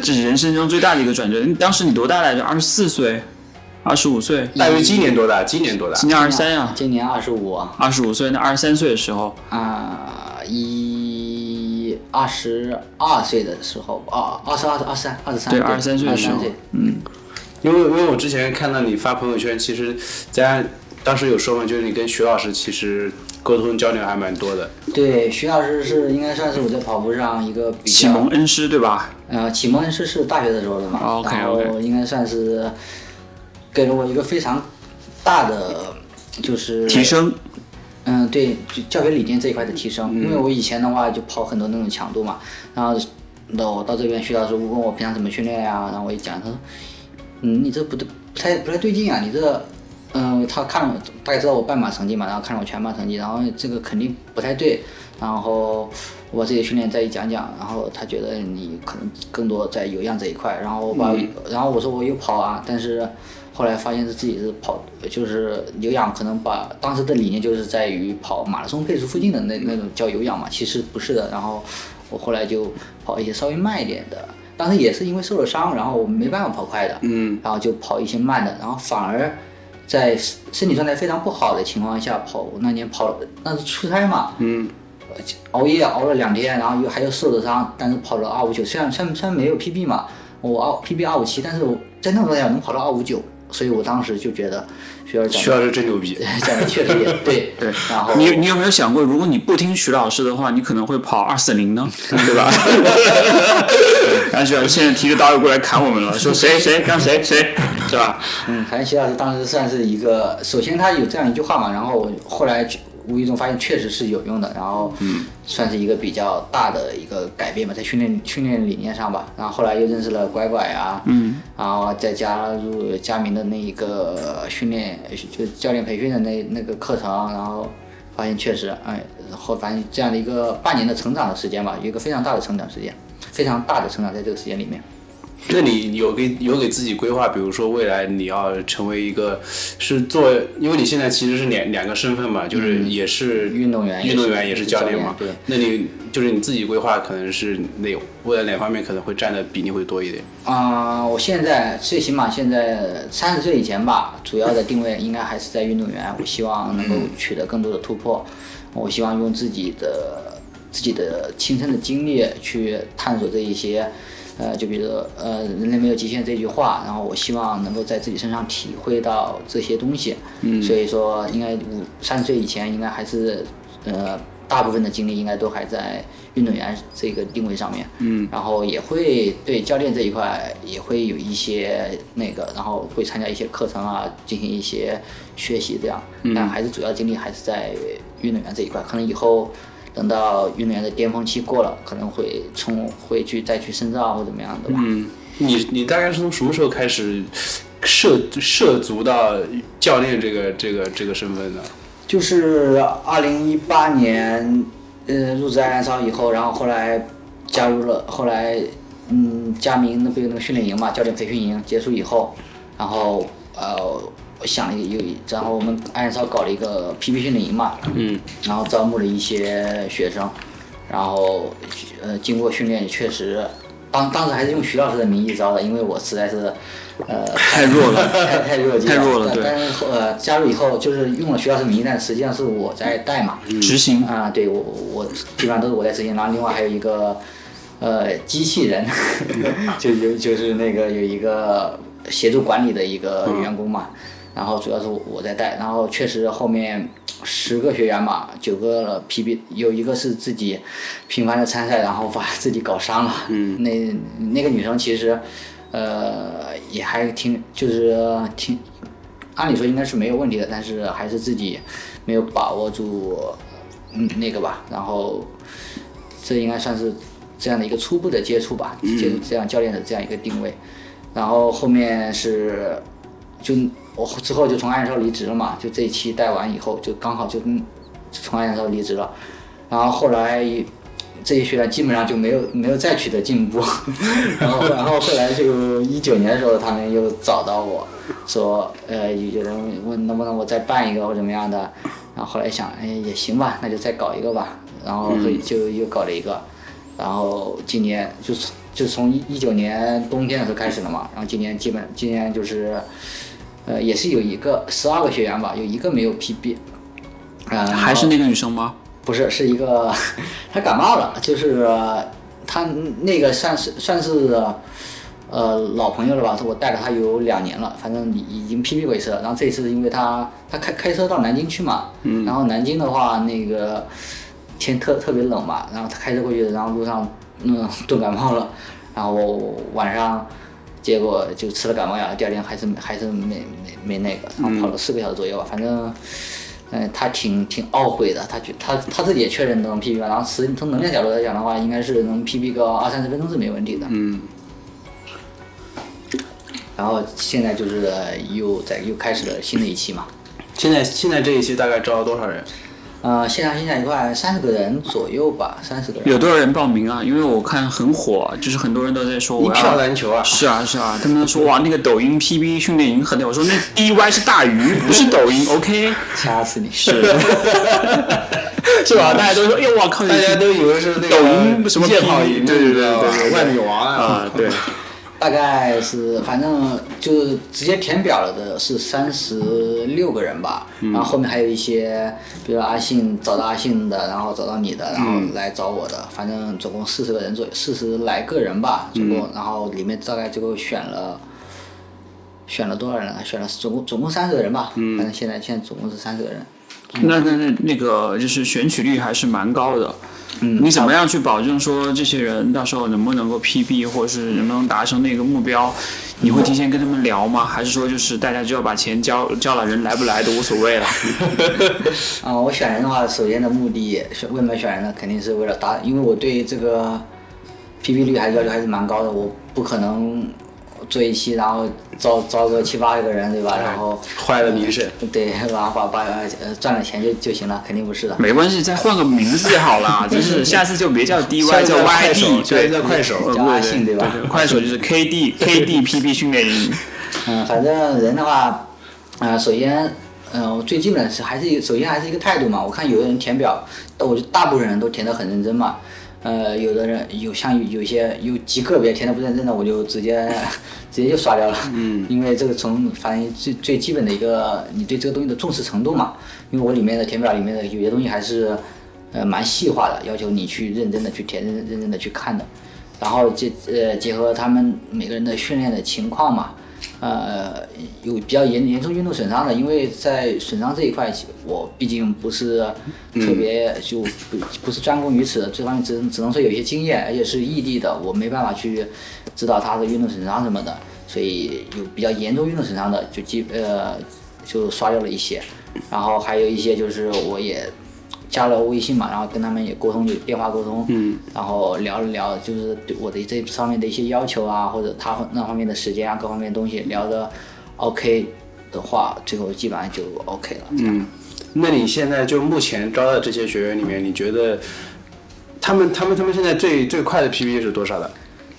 [SPEAKER 2] 这是人生中最大的一个转折。你当时你多大来着？二十四岁，二十五岁，
[SPEAKER 1] 大约今年多大？今年多大？
[SPEAKER 2] 今年二十三呀，
[SPEAKER 3] 今年二十五啊，
[SPEAKER 2] 二十五岁，那二十三岁的时候，
[SPEAKER 3] 啊一二十二岁的时候，啊二十二二十三二十三，
[SPEAKER 2] 对
[SPEAKER 3] 二
[SPEAKER 2] 23岁的时候
[SPEAKER 1] 因为因为我之前看到你发朋友圈，其实咱当时有说嘛，就是你跟徐老师其实沟通交流还蛮多的。
[SPEAKER 3] 对，徐老师是应该算是我在跑步上一个比较
[SPEAKER 2] 启蒙恩师，对吧？
[SPEAKER 3] 呃，启蒙是是大学的时候的嘛，
[SPEAKER 2] 哦，OK，
[SPEAKER 3] 然后
[SPEAKER 2] OK
[SPEAKER 3] 应该算是给了我一个非常大的就是
[SPEAKER 2] 提升，
[SPEAKER 3] 嗯，对，就教学理念这一块的提升，因为我以前的话就跑很多那种强度嘛，然后那我到这边徐老师问我平常怎么训练呀、然后我一讲，他说，嗯，你这不对，不太不太对劲啊，你这，嗯、他看了我大概知道我半马成绩嘛，然后看了我全马成绩，然后这个肯定不太对，然后我把自己的训练再一讲讲，然后他觉得你可能更多在有氧这一块，然后我把，然后我说我有跑啊，但是。后来发现是自己是跑，就是有氧，可能把当时的理念就是在于跑马拉松配速附近的那那种叫有氧嘛，其实不是的。然后我后来就跑一些稍微慢一点的，当时也是因为受了伤，然后我没办法跑快的，嗯，然后就跑一些慢的，然后反而在身体状态非常不好的情况下跑，我那年跑那是出差嘛，嗯。熬夜熬了两天，然后又还又受了伤，但是跑了二五九，虽然虽然虽然没有 PB 嘛，我二 PB 二五七，但是我在那种状态下能跑到二五九，所以我当时就觉得徐老师
[SPEAKER 1] 徐
[SPEAKER 3] 讲
[SPEAKER 1] 老师真牛逼，
[SPEAKER 3] 的讲的确实也 对对，然后
[SPEAKER 2] 你你有没有想过，如果你不听徐老师的话，你可能会跑二四零呢， 对吧？然后徐老师现在提着刀又过来砍我们了，说谁谁刚谁谁，是吧？
[SPEAKER 3] 嗯，反正徐老师当时算是一个，首先他有这样一句话嘛，然后我后来去无意中发现确实是有用的，然后算是一个比较大的一个改变吧，在训练训练理念上吧。然后后来又认识了乖乖啊，嗯，然后再加入佳明的那一个训练，就教练培训的那那个课程，然后发现确实，哎，然后反正这样的一个半年的成长的时间吧，有一个非常大的成长时间，非常大的成长在这个时间里面。
[SPEAKER 1] 那你有给有给自己规划，比如说未来你要成为一个是做，因为你现在其实是两两个身份嘛，就是也是
[SPEAKER 3] 嗯运动员也是
[SPEAKER 1] 运动员也是教练嘛。
[SPEAKER 3] 教练对
[SPEAKER 1] 那你就是你自己规划，可能是哪未来哪方面可能会占的比例会多一点？
[SPEAKER 3] 啊、我现在最起码现在三十岁以前吧，主要的定位应该还是在运动员。我希望能够取得更多的突破，我希望用自己的自己的亲身的经历去探索这一些，呃，就比如呃“人类没有极限”这句话，然后我希望能够在自己身上体会到这些东西。嗯，所以说应该五三十岁以前应该还是呃大部分的精力应该都还在运动员这个定位上面，嗯，然后也会对教练这一块也会有一些那个，然后会参加一些课程啊，进行一些学习这样，但还是主要精力还是在运动员这一块，可能以后。等到运动员的巅峰期过了，可能会从会去再去深造或怎么样的吧。嗯，
[SPEAKER 1] 你你大概是从什么时候开始涉涉足到教练这个这个这个身份的？
[SPEAKER 3] 就是二零一八年，呃，入职爱燃烧以后，然后后来加入了，后来嗯，佳明那不有那个训练营嘛，教练培训营结束以后，然后呃，我想了一个有，然后我们爱燃烧搞了一个 PP 训练营嘛，嗯，然后招募了一些学生，然后呃，经过训练也确实。当当时还是用徐老师的名义招的，因为我实在是，呃，
[SPEAKER 2] 太弱了
[SPEAKER 3] 太太弱鸡
[SPEAKER 2] 太弱了对
[SPEAKER 3] 但但是后呃，加入以后就是用了徐老师名义，但实际上是我在带嘛。
[SPEAKER 2] 嗯执行
[SPEAKER 3] 啊，对我我基本上都是我在执行，然后另外还有一个呃机器人， 就有就是那个有一个协助管理的一个员工
[SPEAKER 2] 嗯
[SPEAKER 3] 嘛，然后主要是我在带，然后确实后面十个学员吧，九个 PB 有一个是自己频繁的参赛，然后把自己搞伤了，嗯，那那个女生其实呃也还挺就是呃挺按理说应该是没有问题的，但是还是自己没有把握住，嗯，那个吧。然后这应该算是这样的一个初步的接触吧，接触这样教练的这样一个定位。然后后面是就我之后就从爱少离职了嘛，就这一期带完以后，就刚好就嗯从爱少离职了。然后后来这些学员基本上就没有没有再取得进步， 然后然后后来就一九年的时候，他们又找到我说，呃，有人问能不能我再办一个或怎么样的，然后后来想，哎，也行吧，那就再搞一个吧，然后就又搞了一个，然后今年就是就从一一九年冬天的时候开始了嘛，然后今年基本今年就是，呃，也是有一个十二个学员吧，有一个没有 PB，呃，
[SPEAKER 2] 还是那个女生吗？
[SPEAKER 3] 不是，是一个他感冒了，就是呃他那个算是算是呃老朋友了吧，我带了他有两年了，反正已经 PB 过一次了。然后这次因为他他开开车到南京去嘛，然后南京的话那个天特特别冷嘛，然后他开车过去，然后路上嗯冻感冒了，然后我晚上。结果就吃了感冒药，第二天还是还是没没没那个，然后跑了四个小时左右吧，反正嗯，他挺挺懊悔的，他觉他他自己也确认能 PB 吧，然后实从能量角度来讲的话，应该是能 PB 个二三十分钟是没问题的。嗯。然后现在就是又在又开始了新的一期嘛，
[SPEAKER 1] 现在现在这一期大概招了多少人？
[SPEAKER 3] 呃，线上线下一块三十个人左右吧，三十个人。
[SPEAKER 2] 有多少人报名啊？因为我看很火，就是很多人都在说我要
[SPEAKER 1] 一票难求 啊
[SPEAKER 2] 是啊是啊，他们都说哇那个抖音 PB 训练营很屌，我说那 DY 是大鱼，不是抖音，OK？
[SPEAKER 3] 掐死你！
[SPEAKER 2] 是， 是吧？大家都说，哎呦，我靠，
[SPEAKER 1] 大家都以为是那个
[SPEAKER 2] 抖音什么
[SPEAKER 1] 夜跑营，
[SPEAKER 2] 对对对对对
[SPEAKER 1] 万女王啊
[SPEAKER 2] 啊，对，
[SPEAKER 3] 大概是反正就是直接填表了的是三十六个人吧，然后后面还有一些，比如阿信找到阿信的，然后找到你的，然后来找我的，反正总共四十个人左右，四十来个人吧，总共，然后里面大概最后选了。选了多少人啊？选了总共总共三十个人吧，反正现在现在总共是三十个人。
[SPEAKER 1] 嗯
[SPEAKER 2] 那那那那个就是选取率还是蛮高的。
[SPEAKER 1] 嗯
[SPEAKER 2] 你怎么样去保证说这些人到时候能不能够 PB，或者是能不能达成那个目标？你会提前跟他们聊吗？还是说就是大家就要把钱交交了，人来不来都无所谓了？
[SPEAKER 3] 啊、我选人的话，首先的目的选为什么选人呢？肯定是为了达，因为我对这个 PB 率还要求还是蛮高的，我不可能做一期，然后招招个七八个人，对吧？然后
[SPEAKER 1] 坏了名
[SPEAKER 2] 嗯
[SPEAKER 1] 声。
[SPEAKER 3] 对，然后把把呃赚了钱就就行了，肯定不是的。
[SPEAKER 2] 没关系，再换个名字好啦，就是下次就别叫 DY，
[SPEAKER 1] 下次叫快手
[SPEAKER 2] YD，对，
[SPEAKER 1] 下次叫快手
[SPEAKER 2] 呃
[SPEAKER 3] 叫阿信对吧
[SPEAKER 2] 快手就是 KD KDPP 训练营，
[SPEAKER 3] 嗯，反正人的话，呃，首先，呃，我最基本的是还是一个首先还是一个态度嘛。我看有的人填表，但我觉得大部分人都填得很认真嘛。呃，有的人有像有有些有极个别填的不认真的，我就直接 直接就刷掉了。嗯， 因为这个从反正最最基本的一个你对这个东西的重视程度嘛。因为我里面的填表里面的有些东西还是呃蛮细化的，要求你去认真的去填，认认真的去看的。然后结呃结合他们每个人的训练的情况嘛，呃有比较严严重运动损伤的，因为在损伤这一块，我毕竟不是特别就不不是专攻于此，这方面只能只能说有些经验，而且是异地的，我没办法去指导他的运动损伤什么的，所以有比较严重运动损伤的就基呃就刷掉了一些，然后还有一些就是我也加了微信嘛，然后跟他们也沟通，就电话沟通，嗯，然后聊了聊，就是对我的这上面的一些要求啊，或者他方那方面的时间啊，各方面的东西聊的 OK 的话，最后基本上就 OK 了。嗯，
[SPEAKER 1] 那你现在就目前招的这些学员里面，你觉得他们他们他们现在最最快的 PB 是多少的？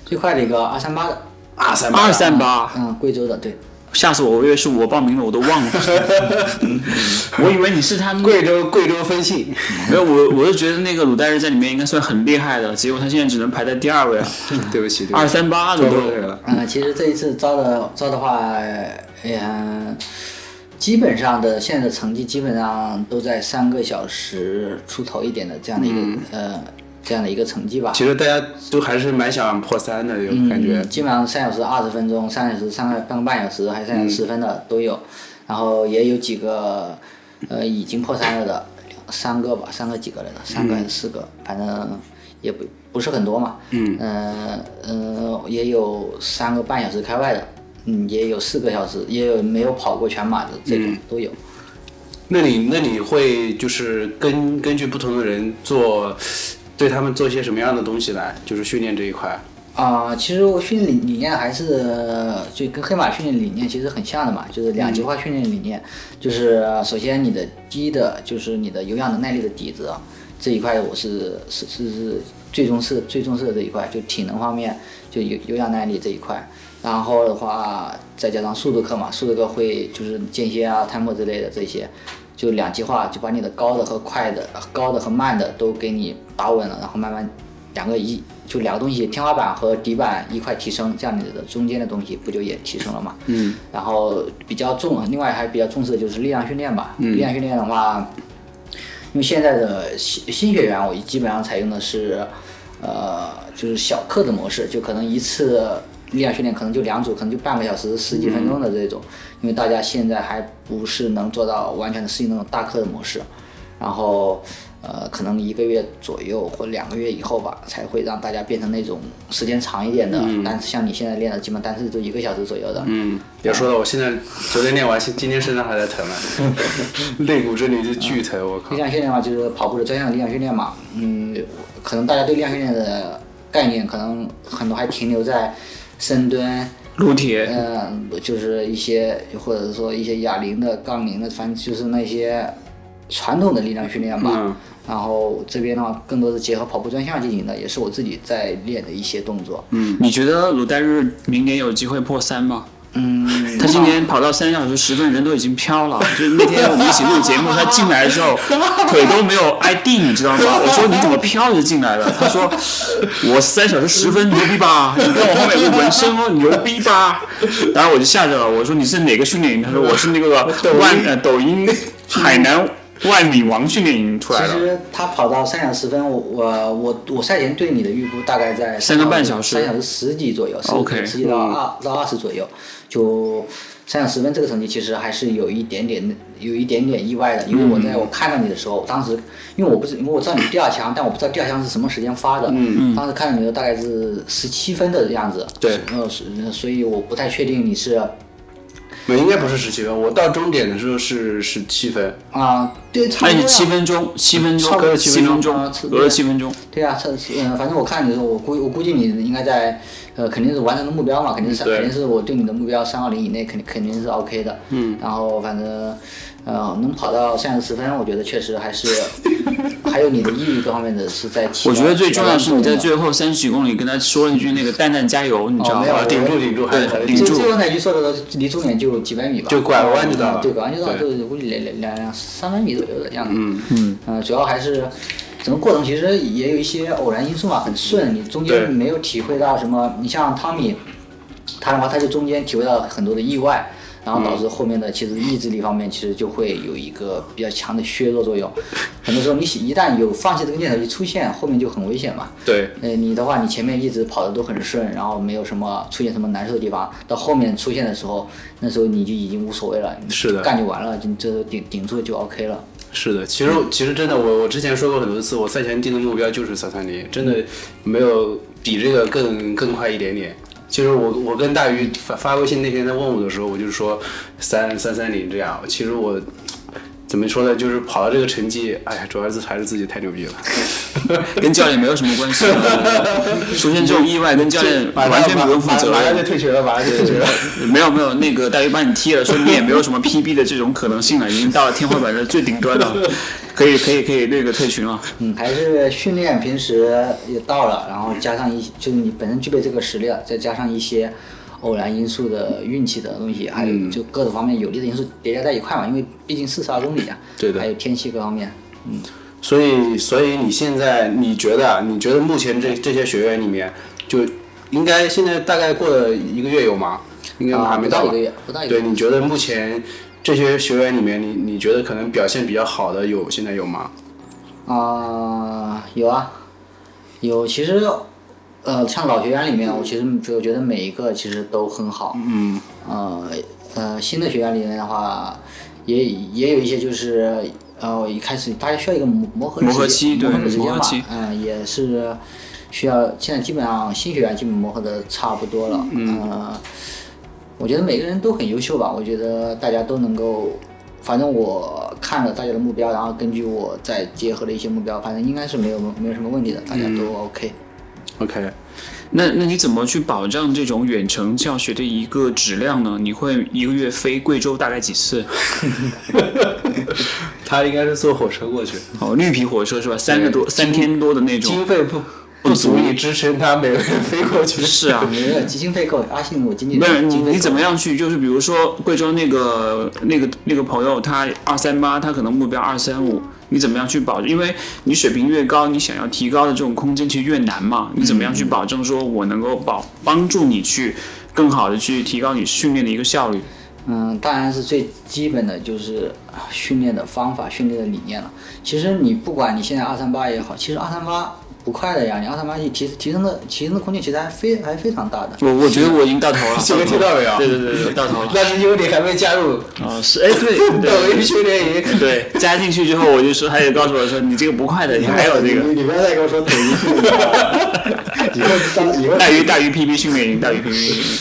[SPEAKER 3] 最快的一个二三八的，
[SPEAKER 1] 二三八啊
[SPEAKER 2] 二三八。
[SPEAKER 3] 嗯，贵州的，对，
[SPEAKER 2] 吓死我！我以为是我报名了，我都 忘了。嗯我以为你是他们
[SPEAKER 1] 贵州贵州分信，
[SPEAKER 2] 没有我，我就觉得那个鲁代日在里面应该算很厉害的，结果他现在只能排在第二位啊，
[SPEAKER 1] 对不起，对不起
[SPEAKER 2] 二三八的
[SPEAKER 1] 说
[SPEAKER 2] 都
[SPEAKER 1] 过这个了。
[SPEAKER 3] 嗯，其实这一次招的招的话，嗯，基本上的现在的成绩基本上都在三个小时出头一点的这样的一个、呃这样的一个成绩吧。
[SPEAKER 1] 其实大家都还是蛮想破三的，有感觉
[SPEAKER 3] 嗯、。基本上三小时二十分钟，三小时三个半个半小时，还有三小时十
[SPEAKER 1] 嗯
[SPEAKER 3] 分的都有，然后也有几个呃已经破三了的，三个吧，三个几个来的，三个还是四个，
[SPEAKER 1] 嗯
[SPEAKER 3] 反正也不不是很多嘛。嗯。呃呃，也有三个半小时开外的，嗯，也有四个小时，也有没有跑过全马的这
[SPEAKER 1] 嗯
[SPEAKER 3] 种、都有。
[SPEAKER 1] 那你那你会就是根根据不同的人做，对他们做些什么样的东西来？就是训练这一块。
[SPEAKER 3] 啊、其实我训练理理念还是呃就跟黑马训练理念其实很像的嘛，就是两极化训练理念，就是呃首先你的第一的就是你的有氧的耐力的底子啊这一块，我是是是是最重视最重视的这一块，就体能方面就有有氧耐力这一块，然后的话再加上速度课嘛，速度课会就是间歇啊、探破之类的这些，就两极化，就把你的高的和快的、高的和慢的都给你打稳了，然后慢慢两个一就两个东西，天花板和底板一块提升，这样你的中间的东西不就也提升了嘛？嗯。然后比较重，另外还比较重视的就是力量训练吧。力量训练的话，因为现在的新新学员，我基本上采用的是，呃，就是小课的模式，就可能一次力量训练可能就两组，可能就半个小时、十几分钟的这种，因为大家现在还不是能做到完全的适应那种大课的模式，然后呃，可能一个月左右或两个月以后吧，才会让大家变成那种时间长一点的，但是像你现在练的，基本单次就一个小时左右的，
[SPEAKER 1] 嗯，别说了，我现在昨天练完，今今天身上还在疼呢，啊肋骨这里就巨疼，我靠
[SPEAKER 3] 力。量训练的话，就是跑步的专项力量训练嘛。嗯，可能大家对力量训练的概念，可能很多还停留在深蹲，
[SPEAKER 2] 撸铁，
[SPEAKER 3] 嗯、就是一些或者说一些哑铃的、杠铃的，反正就是那些传统的力量训练吧。
[SPEAKER 1] 嗯
[SPEAKER 3] 然后这边的话，更多是结合跑步专项进行的，也是我自己在练的一些动作。嗯
[SPEAKER 2] 你觉得鲁代日明年有机会破三吗？
[SPEAKER 3] 嗯，
[SPEAKER 2] 他今年跑到三小时十分，人都已经飘 了。就是那天我们一起录节目，他进来的时候腿都没有挨地，你知道 吗？我说你怎么飘着进来的？他说我三小时十分牛逼吧？你看我后面有个纹身 哦，牛逼吧？然后我就吓着了，我说你是哪个训练营？他说我是 那个万呃抖音海南万米王训练营出来
[SPEAKER 3] 其
[SPEAKER 2] 的。
[SPEAKER 3] 实他跑到三小时分，我我我我赛前对你的预估大概在
[SPEAKER 2] 三个半小时
[SPEAKER 3] 三小时十几左右，十
[SPEAKER 2] OK 嗯
[SPEAKER 3] 十几到二到二十左右，就三小时分这个成绩其实还是有一点点有一点点意外的，因为我
[SPEAKER 2] 嗯
[SPEAKER 3] 在我看到你的时候，当时因为我不是因为我知道你第二枪，但我不知道第二枪是什么时间发的，
[SPEAKER 2] 嗯
[SPEAKER 3] 当时看到你的时候大概是十七分的样子，
[SPEAKER 1] 对
[SPEAKER 3] 呃，是所以我不太确定你是。
[SPEAKER 1] 没，应该不是十七分，我到终点的时候是十七分。
[SPEAKER 3] 啊，对，差
[SPEAKER 2] 那
[SPEAKER 3] 不
[SPEAKER 2] 你
[SPEAKER 3] 多
[SPEAKER 2] 七
[SPEAKER 3] 呀
[SPEAKER 2] 分钟，七分钟，
[SPEAKER 3] 差不
[SPEAKER 2] 隔
[SPEAKER 3] 多
[SPEAKER 2] 了
[SPEAKER 3] 七
[SPEAKER 2] 七
[SPEAKER 3] 分
[SPEAKER 2] 分
[SPEAKER 3] 钟
[SPEAKER 2] 钟，隔了七分钟。
[SPEAKER 3] 呃对啊，这嗯、反正我看你的时候，我估我估计你应该在呃，肯定是完成的目标嘛，肯定是、
[SPEAKER 1] 嗯对
[SPEAKER 3] 肯定是我对你的目标三二零以内，肯定肯定是 OK 的。嗯，然后反正呃，能跑到三十十分，我觉得确实还是 还有你的毅力各方面的是在提
[SPEAKER 2] 我
[SPEAKER 3] 高。
[SPEAKER 2] 觉得最重要的是你在
[SPEAKER 3] 提高
[SPEAKER 2] 最后三十几公里跟他说一句那个“蛋蛋加油”，你知道
[SPEAKER 3] 哦
[SPEAKER 2] 吗
[SPEAKER 3] 没有？
[SPEAKER 1] 啊，顶住顶住，还还
[SPEAKER 2] 对
[SPEAKER 3] 的
[SPEAKER 2] 顶
[SPEAKER 3] 目标。
[SPEAKER 2] 住
[SPEAKER 3] 最最后那句说的离终点就几百米吧，
[SPEAKER 1] 就拐弯就到了
[SPEAKER 3] 嗯对，拐弯就到了，
[SPEAKER 1] 对
[SPEAKER 3] 就是估计两两两两三百米左右的样子。嗯嗯，呃，主要还是整个过程其实也有一些偶然因素嘛，很顺，你中
[SPEAKER 1] 对
[SPEAKER 3] 间没有体会到什么。你像汤米，他的话，他就中间体会到了很多的意外，然
[SPEAKER 1] 嗯
[SPEAKER 3] 后导致后面的其实意志力方面其实就会有一个比较强的削弱作用。很多时候你一旦有放弃这个念头一出现，后面就很危险嘛。
[SPEAKER 1] 对，
[SPEAKER 3] 呃，你的话，你前面一直跑的都很顺，然后没有什么出现什么难受的地方，到后面出现的时候，那时候你就已经无所谓了，你
[SPEAKER 1] 是的
[SPEAKER 3] 干就完了，你这时候顶顶住就 OK 了。
[SPEAKER 1] 是的，其实其实真的，我我之前说过很多次，我赛前定的目标就是三三零，真的没有比这个更更快一点点。其实我我跟大鱼发发微信那天他问我的时候，我就说三三三零这样。其实我怎么说呢，就是跑到这个成绩，哎呀，主要是还是自己太牛逼了。
[SPEAKER 2] 跟教练没有什么关 系，出现这种意外跟教练完全不用负责
[SPEAKER 1] 马上就
[SPEAKER 2] 任。
[SPEAKER 1] 退学了，马上就退学了。
[SPEAKER 2] 没有没有，那个大鱼把你踢了，说明也没有什么 PB 的这种可能性了，已经到了天花板的最顶端了，可以可以可以那个退群了。
[SPEAKER 3] 嗯，还是训练平时也到了，然后加上一就是你本身具备这个实力了，啊再加上一些偶然因素的运气的东西，还
[SPEAKER 1] 嗯
[SPEAKER 3] 有就各种方面有利的因素叠加在一块嘛，因为毕竟四十二公里啊，
[SPEAKER 1] 对的
[SPEAKER 3] 还有天气各方面。
[SPEAKER 1] 所以，所以你现在你觉得啊，你觉得目前这这些学员里面，就应该现在大概过了一个月有吗？应该
[SPEAKER 3] 啊
[SPEAKER 1] 还没
[SPEAKER 3] 不到
[SPEAKER 1] 吧
[SPEAKER 3] 一个月不到一个
[SPEAKER 1] 对，
[SPEAKER 3] 月
[SPEAKER 1] 你觉得目前这些学员里面，你你觉得可能表现比较好的有现在有吗？
[SPEAKER 3] 啊、有啊，有。其实，呃，像老学员里
[SPEAKER 2] 嗯
[SPEAKER 3] 面，我其实我觉得每一个其实都很好。嗯。呃呃，新的学员里面的话，也也有一些就是呃一开始大家需要一个磨磨合
[SPEAKER 2] 磨合
[SPEAKER 3] 时间
[SPEAKER 2] 期对
[SPEAKER 3] 磨合的时
[SPEAKER 2] 磨
[SPEAKER 3] 间
[SPEAKER 2] 合
[SPEAKER 3] 吧
[SPEAKER 2] 期。
[SPEAKER 3] 嗯、也是需要。现在基本上新学员基本磨合的差不多了。嗯。呃我觉得每个人都很优秀吧，我觉得大家都能够，反正我看了大家的目标，然后根据我再结合的一些目标，反正应该是没有没有什么问题的，大家
[SPEAKER 2] 嗯
[SPEAKER 3] 都 OK。
[SPEAKER 1] OK，
[SPEAKER 2] 那那你怎么去保障这种远程教学的一个质量呢？你会一个月飞贵州大概几次？
[SPEAKER 1] 他应该是坐火车过去，
[SPEAKER 2] 哦，绿皮火车是吧？三个多三天多的那种。
[SPEAKER 1] 经费不不足以支撑他每个人飞过去。
[SPEAKER 2] 是啊，
[SPEAKER 3] 没有基金费够，阿信我经纪
[SPEAKER 2] 不是
[SPEAKER 3] 人
[SPEAKER 2] 你
[SPEAKER 3] 经费
[SPEAKER 2] 你怎
[SPEAKER 3] 够
[SPEAKER 2] 么？样去？就是比如说贵州那个那个那个朋友，他二三八，他可能目标二三五，你怎么样去保？因为你水平越高，你想要提高的这种空间其实越难嘛。你怎么样去保证说我能够保帮助你去更好的去提高你训练的一个效率？
[SPEAKER 3] 嗯，当然是最基本的就是啊训练的方法、训练的理念了。其实你不管你现在二三八也好，其实二三八不快的呀，你二三八提提升的提升的空间其实还非还非常大的。
[SPEAKER 2] 我我觉得我已经到 头了，
[SPEAKER 1] 这个听到没有
[SPEAKER 2] 对对对对，到头 了。
[SPEAKER 1] 那是因为你还没加入
[SPEAKER 2] 啊，是哎，对
[SPEAKER 1] 抖音
[SPEAKER 2] 对
[SPEAKER 1] 训练营。
[SPEAKER 2] 对，加进去之后，我就说，他也告诉我说，你这个不快 的，你还有这个
[SPEAKER 3] 你你不要再跟我说抖音训练了，以后当以后
[SPEAKER 2] 大于大于 PB 训练营，大于 PB 训练营。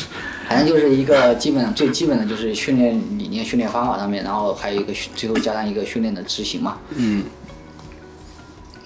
[SPEAKER 3] 反正就是一个基本最基本的就是训练理念、训练方法上面，然后还有一个训最后加上一个训练的执行嘛。嗯。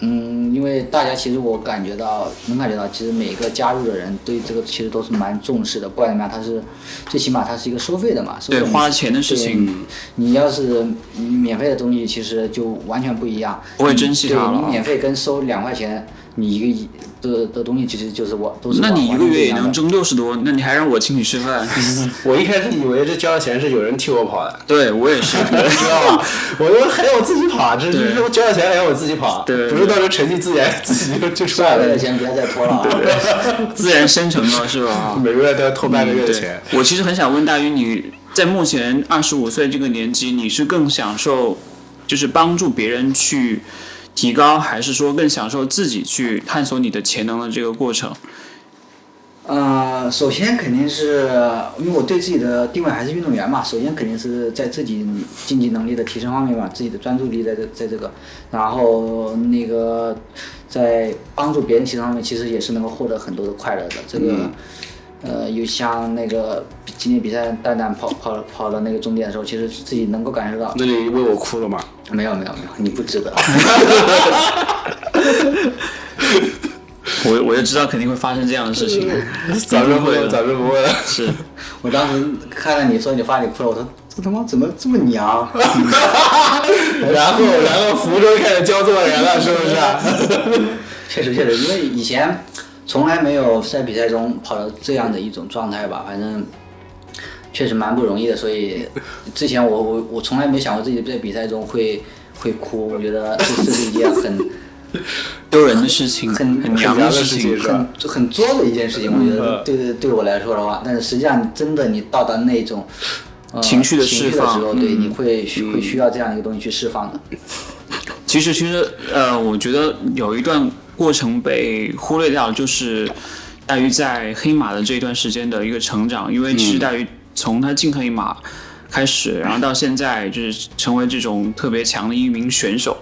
[SPEAKER 3] 嗯，因为大家其实我感觉到，能感觉到，其实每个加入的人对这个其实都是蛮重视的，不然的话他是最起码他是一个收费的嘛，收费
[SPEAKER 2] 对
[SPEAKER 3] 你
[SPEAKER 2] 花钱的事情，
[SPEAKER 3] 你要是免费的东西，其实就完全不一样。
[SPEAKER 2] 不会珍惜它了
[SPEAKER 3] 对
[SPEAKER 2] 啊
[SPEAKER 3] 你免费跟收两块钱，你一个的的东西其实就是我都是
[SPEAKER 2] 那你一
[SPEAKER 3] 完
[SPEAKER 2] 个
[SPEAKER 3] 全不
[SPEAKER 2] 月也
[SPEAKER 3] 样的
[SPEAKER 2] 能挣六十多，那你还让我请你吃饭？
[SPEAKER 1] 我一开始以为这交了钱是有人替我跑的，
[SPEAKER 2] 对我也是，
[SPEAKER 1] 知道吧？我说还要我自己跑啊，这这这交了钱还要我自己跑啊，
[SPEAKER 2] 对
[SPEAKER 1] 不是到时候成绩自己自己就就出来
[SPEAKER 3] 算了，
[SPEAKER 1] 了，
[SPEAKER 3] 先不要再拖了啊。
[SPEAKER 2] 自然生成了是 吧？
[SPEAKER 1] 每个月都要偷半个月的
[SPEAKER 2] 嗯对
[SPEAKER 1] 钱。，
[SPEAKER 2] 我其实很想问大鱼，你在目前二十五岁这个年纪，你是更享受就是帮助别人去提高，还是说更享受自己去探索你的潜能的这个过程？
[SPEAKER 3] 呃，首先肯定是因为我对自己的定位还是运动员嘛，首先肯定是在自己竞技能力的提升方面嘛，自己的专注力在这在这个，然后那个在帮助别人提升方面，其实也是能够获得很多的快乐的。这个、呃，有像那个今年比赛蛋蛋跑跑跑到那个终点的时候，其实自己能够感受到，
[SPEAKER 1] 那你为我哭了吗？
[SPEAKER 3] 没有没有没有，你不值得。
[SPEAKER 2] 我我就知道肯定会发生这样的事情。
[SPEAKER 1] 早知道不问，
[SPEAKER 2] 了
[SPEAKER 1] 早知道不问了。
[SPEAKER 2] 是，
[SPEAKER 3] 我当时看到你说你发你哭了，我说这他妈怎么这么娘？啊
[SPEAKER 1] 然后，然后福州开始教做人了，是不是啊？
[SPEAKER 3] 确实确实，因为以前从来没有在比赛中跑到这样的一种状态吧，反正确实蛮不容易的。所以之前我我我从来没想过自己在比赛中会会哭，我觉得这这是一件很。
[SPEAKER 2] 丢人的事情，
[SPEAKER 3] 很
[SPEAKER 2] 很娘
[SPEAKER 1] 的
[SPEAKER 2] 事
[SPEAKER 1] 事
[SPEAKER 2] 情
[SPEAKER 1] 情是吧
[SPEAKER 3] 很很作的一件事情，我觉得对对对我来说的话，但是实际上真的你到达那种、呃、
[SPEAKER 2] 情绪的释
[SPEAKER 3] 时
[SPEAKER 2] 放嗯
[SPEAKER 3] 候，对，你会需会需要这样一个东西去释放的。
[SPEAKER 2] 其实，其实，呃，我觉得有一段过程被忽略掉，就是大鱼在黑马的这一段时间的一个成长。因为其实大鱼从他进黑马开始，然后到现在就是成为这种特别强的一名选手，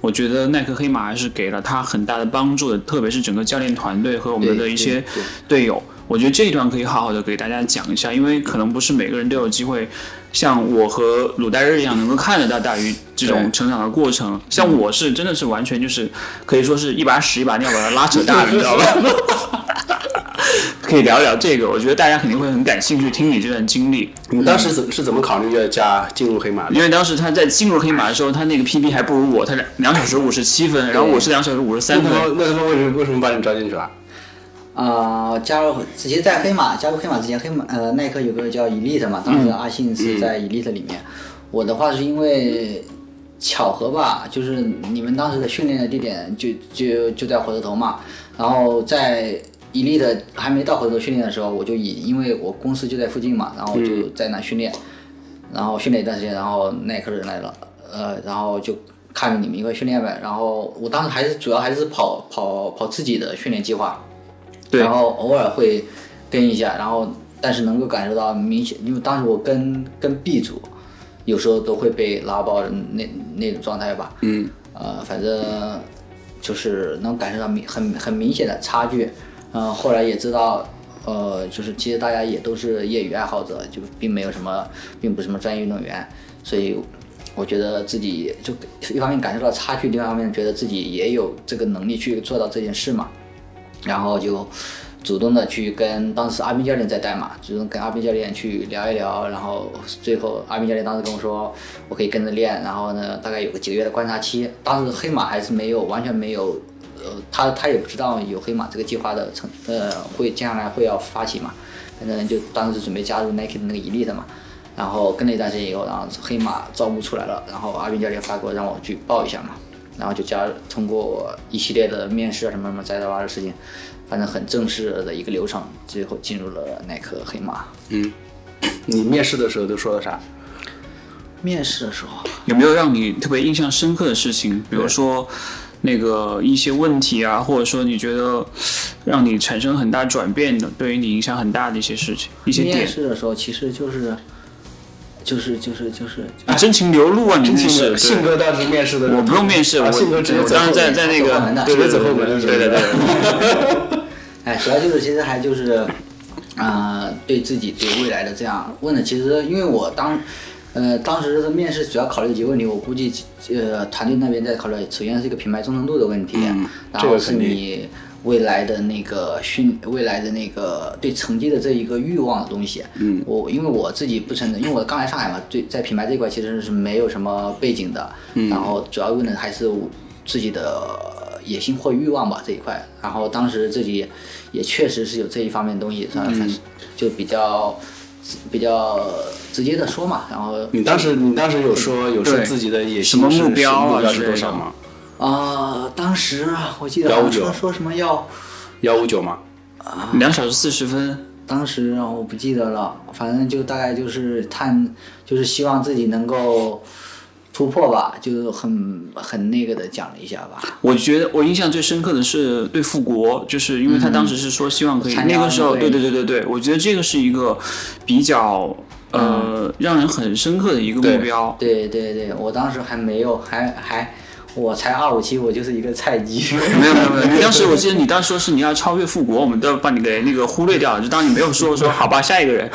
[SPEAKER 2] 我觉得耐克黑马还是给了他很大的帮助的，特别是整个教练团队和我们的
[SPEAKER 3] 对
[SPEAKER 2] 一些
[SPEAKER 3] 对对
[SPEAKER 2] 队友。我觉得这一段可以好好的给大家讲一下，因为可能不是每个人都有机会像我和鲁代日一样能够看得到大鱼这种成长的过程。像我是真的是完全就是可以说是一把屎一把尿把它拉扯大的，你知道吧？可以聊一聊这个，我觉得大家肯定会很感兴趣听你这段经历，
[SPEAKER 1] 你当时怎是怎么考虑要加进入黑马的？
[SPEAKER 2] 因为当时他在进入黑马的时候，他那个 PB 还不如我，他两两小时五十七分，然后我是两小时五十三
[SPEAKER 1] 那
[SPEAKER 2] 分
[SPEAKER 1] 他，们那他们为什么为什么把你招进去了？
[SPEAKER 3] 啊、加入其实，在黑马加入黑马之前，黑马呃耐克有个叫 Elite 嘛，当时阿信是在 Elite 里面。我的话是因为巧合吧，就是你们当时的训练的地点就就就在火车头嘛，然后在 Elite 还没到火车头训练的时候，我就以因为我公司就在附近嘛，然后我就在那训练，然后训练一段时间，然后耐克人来了，呃，然后就看着你们一块训练呗，然后我当时还是主要还是跑跑跑自己的训练计划。
[SPEAKER 2] 对
[SPEAKER 3] 然后偶尔会跟一下，然后但是能够感受到明显，因为当时我跟跟 B 组，有时候都会被拉爆的那那种状态吧，嗯，呃，反正就是能感受到明很很明显的差距，嗯、后来也知道。呃，就是其实大家也都是业余爱好者，就并没有什么，并不是什么专业运动员，所以我觉得自己就一方面感受到差距，另外一方面觉得自己也有这个能力去做到这件事嘛。然后就主动的去跟当时阿斌教练在带嘛，主动跟阿斌教练去聊一聊，然后最后阿斌教练当时跟我说，我可以跟着练，然后呢，大概有个几个月的观察期，当时黑马还是没有完全没有，呃，他他也不知道有黑马这个计划的成，呃，会接下来会要发起嘛，反正就当时准备加入 Nike 的那个 Elite 嘛。然后跟了一段时间以后，然后黑马招募出来了，然后阿斌教练发给我让我去报一下嘛，然后就加通过一系列的面试啊什么什么杂七杂八的事情，反正很正式的一个流程，最后进入了耐克黑马。
[SPEAKER 1] 你面试的时候都说了啥？
[SPEAKER 3] 面试的时候，
[SPEAKER 2] 有没有让你特别印象深刻的事情？比如说那个一些问题啊，或者说你觉得让你产生很大转变的，对于你影响很大的一些事情、一些
[SPEAKER 3] 面
[SPEAKER 2] 点
[SPEAKER 3] 试的时候其实就是，就是就是就是，
[SPEAKER 2] 啊，真情流露啊，你
[SPEAKER 1] 真
[SPEAKER 2] 面
[SPEAKER 1] 情
[SPEAKER 2] 试
[SPEAKER 1] 的信哥当时面试的时候，
[SPEAKER 2] 我不用面试，
[SPEAKER 1] 啊
[SPEAKER 2] 我
[SPEAKER 1] 信哥直接
[SPEAKER 2] 我
[SPEAKER 1] 走
[SPEAKER 2] 当时
[SPEAKER 1] 后
[SPEAKER 2] 在
[SPEAKER 1] 门，
[SPEAKER 2] 在那
[SPEAKER 3] 走后
[SPEAKER 2] 个
[SPEAKER 3] 门的
[SPEAKER 1] 直接走后门的
[SPEAKER 2] 对
[SPEAKER 1] 时候，
[SPEAKER 2] 对对对，
[SPEAKER 3] 哎，主要就是其实还就是，呃，对自己对未来的这样问的，其实因为我当。呃，当时的面试主要考虑几个问题，我估计呃团队那边在考虑，首先是一个品牌忠诚度的问题，然
[SPEAKER 1] 嗯这
[SPEAKER 3] 后
[SPEAKER 1] 个
[SPEAKER 3] 是
[SPEAKER 1] 肯定
[SPEAKER 3] 你未来的那个训，未来的那个对成绩的这一个欲望的东西。嗯，我因为我自己不承认，因为我刚来上海嘛，对，在品牌这一块其实是没有什么背景的，然后主要问的还是我自己的野心或欲望吧这一块。然后当时自己也确实是有这一方面的东西，算算是就比较比较直接的说嘛，然后。
[SPEAKER 1] 你当时你当时有说有说
[SPEAKER 2] 对
[SPEAKER 1] 自己的野
[SPEAKER 2] 什
[SPEAKER 1] 心
[SPEAKER 2] 么
[SPEAKER 1] 是
[SPEAKER 2] 目标啊
[SPEAKER 1] 目标
[SPEAKER 2] 之
[SPEAKER 1] 是
[SPEAKER 2] 类
[SPEAKER 1] 多
[SPEAKER 2] 的
[SPEAKER 1] 少吗？
[SPEAKER 3] 啊，当时啊我记得好像
[SPEAKER 1] 159
[SPEAKER 3] 说说什么要，
[SPEAKER 1] 幺五九吗？啊
[SPEAKER 2] 两小时四十分，
[SPEAKER 3] 当时啊我不记得了，反正就大概就是探，就是希望自己能够突破吧，就是很很那个的讲了一下吧。
[SPEAKER 2] 我觉得我印象最深刻的是对富国，就是因为他当时是说希望可以，
[SPEAKER 1] 嗯
[SPEAKER 3] 参加
[SPEAKER 2] 那个时候，
[SPEAKER 3] 奥运
[SPEAKER 2] 对
[SPEAKER 3] 会
[SPEAKER 2] 对对对对，我觉得这个是一个比较呃、
[SPEAKER 1] 嗯
[SPEAKER 2] 让人很深刻的一个目标。
[SPEAKER 3] 对对对，我当时还没有，还还我才二五七，我就是一个菜鸡。
[SPEAKER 2] 没有没有没有，你当时我记得你当时说是你要超越富国，我们都把你给那个忽略掉了，就当你没有说说好吧，下一个人。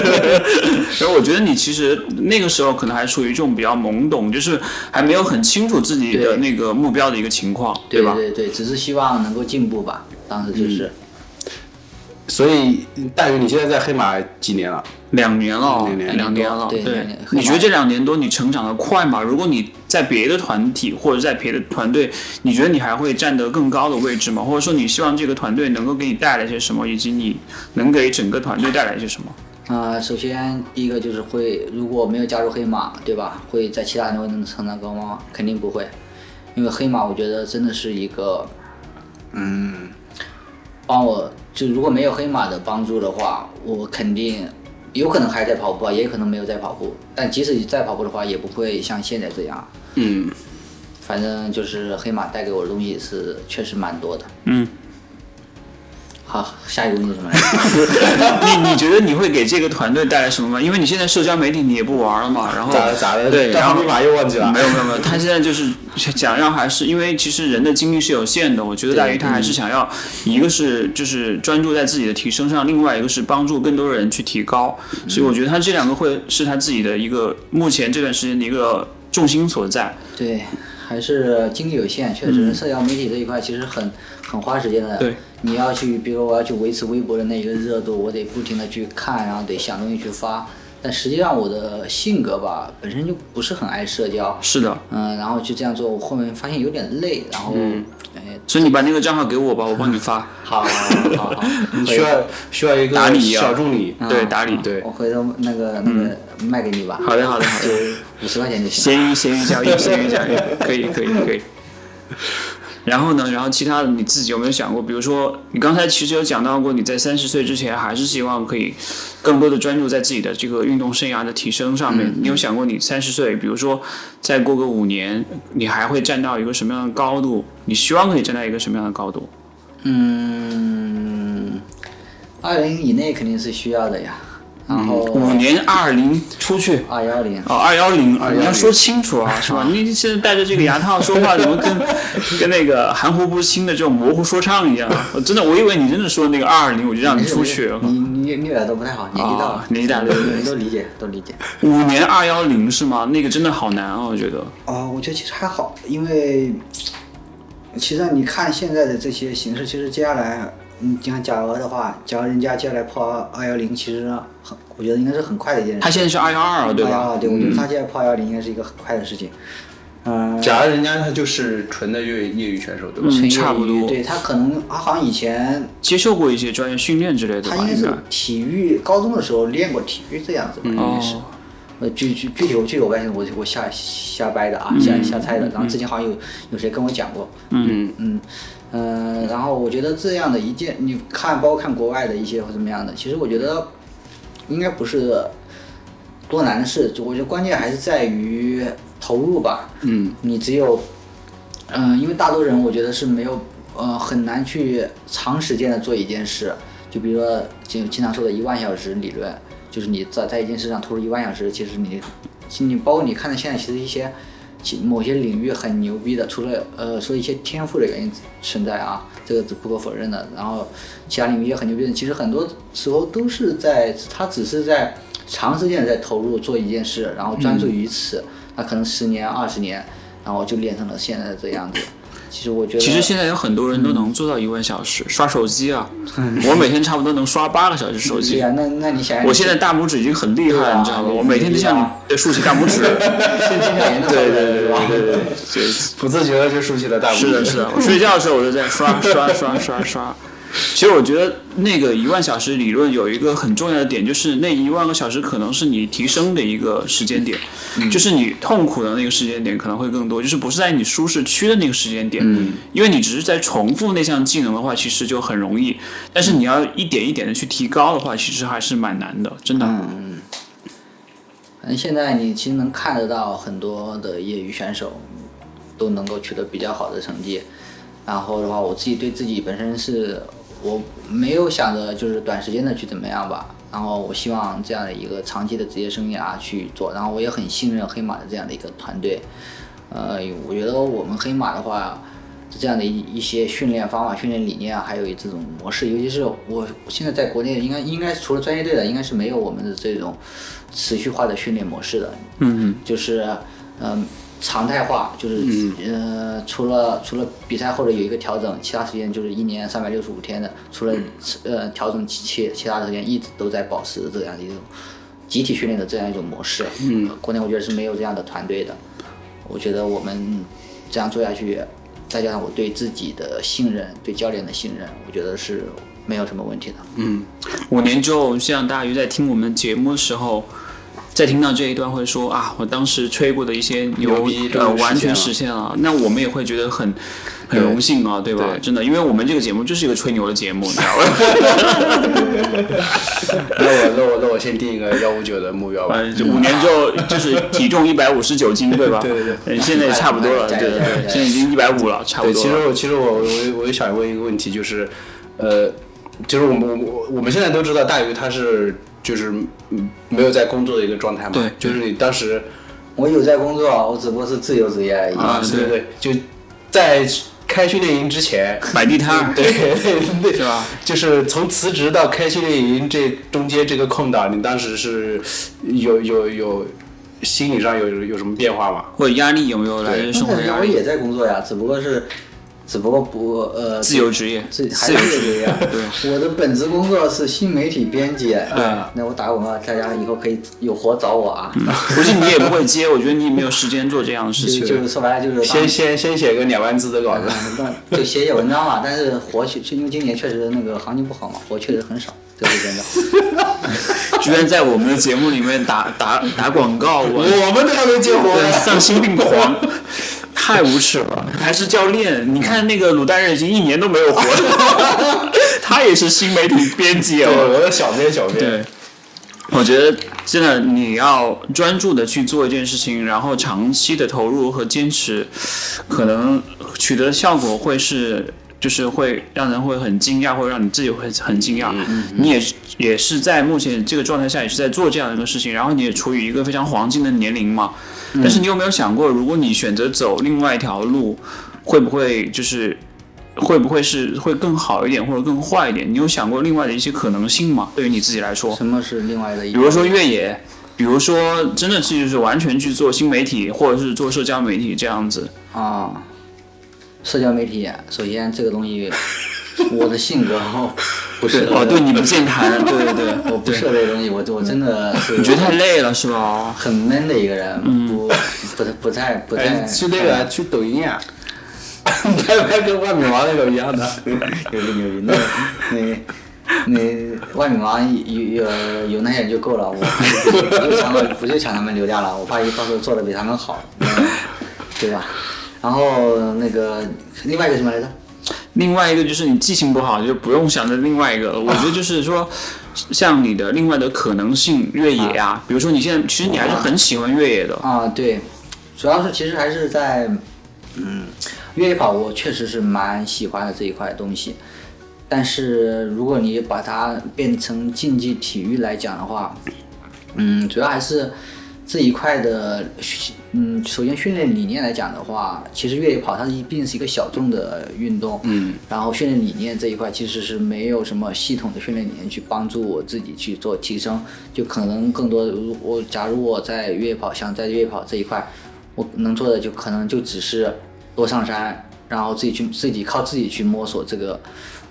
[SPEAKER 2] 然后我觉得你其实那个时候可能还处于这种比较懵懂，就是还没有很清楚自己的
[SPEAKER 3] 对
[SPEAKER 2] 那个目标的一个情况，
[SPEAKER 3] 对
[SPEAKER 2] 吧？
[SPEAKER 3] 对对，只是希望能够进步吧。当时就是，
[SPEAKER 1] 所以大宇，你现在在黑马几年了？
[SPEAKER 2] 两年了，
[SPEAKER 1] 两年
[SPEAKER 2] 两年了。
[SPEAKER 3] 对
[SPEAKER 2] 对
[SPEAKER 3] 两年，
[SPEAKER 2] 你觉得这两年多你成长的快吗？如果你在别的团体或者在别的团队，你觉得你还会站得更高的位置吗？或者说你希望这个团队能够给你带来些什么，以及你能给整个团队带来些什么？
[SPEAKER 3] 呃，首先第一个就是会，如果没有加入黑马，对吧？会在其他很多能成长高吗？肯定不会，因为黑马我觉得真的是一个，嗯，帮我就如果没有黑马的帮助的话，我肯定有可能还在跑步啊，也有可能没有在跑步。但即使在跑步的话，也不会像现在这样。
[SPEAKER 1] 嗯，
[SPEAKER 3] 反正就是黑马带给我的东西是确实蛮多的。
[SPEAKER 2] 嗯，
[SPEAKER 3] 好，下一个问题是什么来着？
[SPEAKER 2] 你你觉得你会给这个团队带来什么吗？因为你现在社交媒体你也不玩了嘛，然后
[SPEAKER 1] 咋了咋了？
[SPEAKER 2] 哦对，然
[SPEAKER 1] 账
[SPEAKER 2] 后
[SPEAKER 1] 号密码又忘记了
[SPEAKER 2] 没。有没有没有，他现在就是想让还是因为其实人的精力是有限的，我觉得大鱼他
[SPEAKER 1] 嗯
[SPEAKER 2] 还是想要，一个是就是专注在自己的提升上，另外一个是帮助更多的人去提高，所以我觉得他这两个会是他自己的一个目前这段时间的一个重心所在。
[SPEAKER 3] 对，还是精力有限，确实，社交媒体这一块其实很很花时间的。
[SPEAKER 2] 对，
[SPEAKER 3] 你要去，比如我要去维持微博的那一个热度，我得不停的去看，然后得想东西去发。但实际上我的性格吧，本身就不是很爱社交，
[SPEAKER 2] 是的，
[SPEAKER 3] 嗯，然后就这样做，我后面发现有点累，然后，哎，
[SPEAKER 2] 所以你把那个账号给我吧，我帮你发。
[SPEAKER 3] 好好 好好，
[SPEAKER 1] 你需要需要一个
[SPEAKER 2] 打理啊
[SPEAKER 1] 小助理，哦
[SPEAKER 2] 对，打理。
[SPEAKER 1] 对
[SPEAKER 3] 我回头那个那个卖给你吧，
[SPEAKER 2] 好的好的好的。
[SPEAKER 3] 五十块钱就行。
[SPEAKER 2] 闲鱼闲鱼交易，闲鱼交易，可以可以可以。然后呢？然后其他的你自己有没有想过？比如说，你刚才其实有讲到过，你在三十岁之前还是希望可以更多的专注在自己的这个运动生涯的提升上面。你有想过你三十岁，比如说再过个五年，你还会站到一个什么样的高度？你希望可以站到一个什么样的高度？
[SPEAKER 3] 嗯，二零以内肯定是需要的呀。然后
[SPEAKER 2] 五年二零出去
[SPEAKER 3] 二幺零，
[SPEAKER 2] 哦，二幺零，你要说清楚啊， 是吧？你现在戴着这个牙套说话，怎么跟跟那个含糊不清的这种模糊说唱一样？啊 我真的，我以为你真的说那个二二零，我就让你出去。啊
[SPEAKER 3] 你你你耳朵不太好，年纪大
[SPEAKER 2] 哦
[SPEAKER 3] 了，
[SPEAKER 2] 年纪大对对对
[SPEAKER 3] 都理解，都理解。
[SPEAKER 2] 五年二幺零是吗？那个真的好难啊，我觉得。
[SPEAKER 3] 啊，我觉得其实还好，因为其实你看现在的这些形式，其实接下来，嗯，你看假如的话，假如人家接下来破二幺零，其实很，我觉得应该是很快的一件事。
[SPEAKER 2] 他现在是二幺二，对吧？嗯
[SPEAKER 3] 啊，对，我觉得他接下来破二幺零应该是一个很快的事情。嗯，
[SPEAKER 1] 假如人家他就是纯的业余业余选手，对吧？
[SPEAKER 2] 嗯
[SPEAKER 3] 陈
[SPEAKER 2] 差
[SPEAKER 3] 业
[SPEAKER 2] 不
[SPEAKER 3] 余
[SPEAKER 2] 多
[SPEAKER 3] 对他可能他好像以前
[SPEAKER 2] 接受过一些专业训练之类的
[SPEAKER 3] 他
[SPEAKER 2] 吧，
[SPEAKER 3] 应该
[SPEAKER 2] 应该
[SPEAKER 3] 是。体育高中的时候练过体育这样子吧，应该是
[SPEAKER 2] 哦。
[SPEAKER 3] 呃，具具具体我具体我不太清楚，我我瞎瞎掰的啊，瞎瞎猜的。然后之前好像有有谁跟我讲过，
[SPEAKER 1] 嗯，
[SPEAKER 3] 嗯嗯、呃然后我觉得这样的一件，你看包括看国外的一些或怎么样的，其实我觉得应该不是多难的事，我觉得关键还是在于投入吧。嗯，你只有，嗯、因为大多人我觉得是没有，呃，很难去长时间的做一件事，就比如说经经常说的一万小时理论，就是你在在一件事上投入一万小时，其实你，其实你包括你看到现在其实一些。其某些领域很牛逼的，除了呃说一些天赋的原因存在啊，这个是不可否认的。然后其他领域也很牛逼的，其实很多时候都是在他只是在长时间地在投入做一件事，然后专注于此，
[SPEAKER 2] 嗯
[SPEAKER 3] 他可能十年二十年，然后就练成了现在这样子。其实我觉得，
[SPEAKER 2] 其实现在有很多人都能做到一万小时，刷手机啊，
[SPEAKER 3] 嗯
[SPEAKER 2] 我每天差不多能刷八个小时 手
[SPEAKER 3] 对
[SPEAKER 2] 机
[SPEAKER 3] 呀、。那那你想想，
[SPEAKER 2] 我现在大拇指已经很厉害
[SPEAKER 3] 对
[SPEAKER 2] 了，
[SPEAKER 3] 啊
[SPEAKER 2] 你知道吗？
[SPEAKER 3] 你
[SPEAKER 2] 我每天都
[SPEAKER 3] 你
[SPEAKER 2] 向
[SPEAKER 3] 啊
[SPEAKER 2] 你对竖起大拇指。
[SPEAKER 3] 现 在也能
[SPEAKER 2] 对对
[SPEAKER 3] 对
[SPEAKER 2] 对
[SPEAKER 3] 吧？
[SPEAKER 2] 对 对对，
[SPEAKER 1] 不自觉的就竖起了大拇指。
[SPEAKER 2] 是的， 是的，我睡觉的时候我就在刷刷刷刷刷。其实我觉得那个一万小时理论有一个很重要的点，就是那一万个小时可能是你提升的一个时间点，就是你痛苦的那个时间点可能会更多，就是不是在你舒适区的那个时间点，因为你只是在重复那项技能的话，其实就很容易，但是你要一点一点的去提高的话，其实还是蛮难的，真的。
[SPEAKER 3] 嗯，反嗯正现在你其实能看得到很多的业余选手都能够取得比较好的成绩。然后的话，我自己对自己本身是我没有想着就是短时间的去怎么样吧。然后我希望这样的一个长期的职业生涯去做。然后我也很信任黑马的这样的一个团队。呃，我觉得我们黑马的话，这样的一一些训练方法、训练理念啊，还有这种模式，尤其是我现在在国内，应该应该除了专业队的，应该是没有我们的这种持续化的训练模式的。
[SPEAKER 2] 嗯，
[SPEAKER 3] 就是，嗯、常态化，就是、
[SPEAKER 2] 嗯
[SPEAKER 3] 呃，除了除了比赛后的有一个调整，其他时间就是一年三百六十五天的，除了、
[SPEAKER 2] 嗯
[SPEAKER 3] 呃调整期其其他时间一直都在保持这样的一种集体训练的这样一种模式。嗯，国内我觉得是没有这样的团队的。我觉得我们这样做下去，再加上我对自己的信任，对教练的信任，我觉得是没有什么问题的。
[SPEAKER 2] 五年之后，像大鱼在听我们节目的时候，在听到这一段会说啊，我当时吹过的一些牛
[SPEAKER 1] 牛逼
[SPEAKER 2] 呃，
[SPEAKER 1] 都实现了
[SPEAKER 2] 完全实现了。那我们也会觉得很很荣幸啊，对吧？
[SPEAKER 1] 对
[SPEAKER 2] 真的，因为我们这个节目就是一个吹牛的节目，你知 道吧？
[SPEAKER 1] 那我那我那我先定一个幺五九的目标吧。
[SPEAKER 2] 呃，就五年之后就是体重一百五十九斤，对吧？
[SPEAKER 1] 对对哎
[SPEAKER 2] 对，现在也差不多了，
[SPEAKER 3] 加
[SPEAKER 2] 对
[SPEAKER 3] 油
[SPEAKER 2] 对
[SPEAKER 3] 加油加
[SPEAKER 2] 对，
[SPEAKER 3] 油
[SPEAKER 2] 现在已经一百五了，差不
[SPEAKER 1] 对，
[SPEAKER 2] 多
[SPEAKER 1] 其实
[SPEAKER 2] 了。
[SPEAKER 1] 我其实我我我也想问一个问题，就是，呃，就是我们我我我们现在都知道大鱼他是就是嗯没有在工作的一个状态嘛，
[SPEAKER 2] 对
[SPEAKER 1] 就是你当时
[SPEAKER 3] 我有在工作，我只不过是自由职业而已。
[SPEAKER 2] 啊
[SPEAKER 1] 对对，就在开训练营之 前，
[SPEAKER 2] 摆地摊儿，
[SPEAKER 1] 对对对，
[SPEAKER 2] 是吧？
[SPEAKER 1] 就是从辞职到开训练营这中间这个空档，你当时是有有有心理上有有什么变化吗？
[SPEAKER 2] 或者压力有没有来自
[SPEAKER 1] 对哎
[SPEAKER 2] 生活
[SPEAKER 3] 但是
[SPEAKER 2] 压
[SPEAKER 3] 我
[SPEAKER 2] 力？
[SPEAKER 3] 也在工作呀，只不过是，只不过不呃
[SPEAKER 2] 自由职业，
[SPEAKER 3] 自
[SPEAKER 2] 自
[SPEAKER 3] 还
[SPEAKER 2] 由
[SPEAKER 3] 是自由
[SPEAKER 2] 职
[SPEAKER 3] 职
[SPEAKER 2] 业。
[SPEAKER 3] 业，
[SPEAKER 2] 对。
[SPEAKER 3] 我的本职工作是新媒体编辑，啊，那我打广告，大家以后可以有活找我啊。
[SPEAKER 2] 不是你也不会接，我觉得你也没有时间做这样的事
[SPEAKER 3] 就
[SPEAKER 2] 情。
[SPEAKER 3] 就是说白了就是
[SPEAKER 1] 先先先写个两万字的稿子，
[SPEAKER 2] 嗯
[SPEAKER 3] 当就写写文章嘛，但是活确因为今年确实那个行情不好嘛，活确实很少，这是真的。
[SPEAKER 2] 居然在我们的节目里面打打打广告，我
[SPEAKER 1] 我们都还没结婚
[SPEAKER 2] 真的丧心病狂， 太无耻了！还是教练，你看那个鲁大人已经一年都没有活 了，他也是新媒体编辑
[SPEAKER 1] 对，
[SPEAKER 2] 哦。
[SPEAKER 1] 我的小编小编
[SPEAKER 2] 对，，我觉得真的你要专注的去做一件事情，然后长期的投入和坚持，可能取得的效果会是。就是会让人会很惊讶，或者让你自己会很惊讶。你也是也是在目前这个状态下，也是在做这样的一个事情，然后你也处于一个非常黄金的年龄嘛。
[SPEAKER 1] 嗯
[SPEAKER 2] 但是你有没有想过，如果你选择走另外一条路，会不会就是会不会是会更好一点，或者更坏一点？你有想过另外的一些可能性吗？对于你自己来说，
[SPEAKER 3] 什么是另外的一？
[SPEAKER 2] 比如说越野，比如说真的是就是完全去做新媒体，或者是做社交媒体这样子。
[SPEAKER 3] 啊，社交媒体，首先这个 东西，我的性格不是
[SPEAKER 2] 哦，对，你们健谈， 对对对，
[SPEAKER 3] 我不是这个东西，我我真的是
[SPEAKER 2] 你觉得嗯太累了是吧？
[SPEAKER 3] 很闷的一个人，不不不太不太
[SPEAKER 1] 哎，去那个去抖音 啊，拍拍跟万米王那个一样的，
[SPEAKER 3] 牛逼牛逼，那那那万米王有有有那些人就够了，我我就抢我不就抢他们流量了，我怕一到时候做的比他们好，嗯对吧？然后那个另外一个什么来着？
[SPEAKER 2] 另外一个就是你记性不好，就不用想着另外一个了。我觉得就是说，像你的另外的可能性，越野啊，比如说你现在其实你还是很喜欢越野的，
[SPEAKER 3] 啊，对，主要是其实还是在，嗯，越野跑我确实是蛮喜欢的这一块东西，但是如果你把它变成竞技体育来讲的话，嗯，主要还是这一块的，嗯，首先训练理念来讲的话，其实越野跑它一定是一个小众的运动，嗯，然后训练理念这一块其实是没有什么系统的训练理念去帮助我自己去做提升，就可能更多，如我假如我在越野跑想在越野跑这一块，我能做的就可能就只是多上山，然后自己去自己靠自己去摸索这个。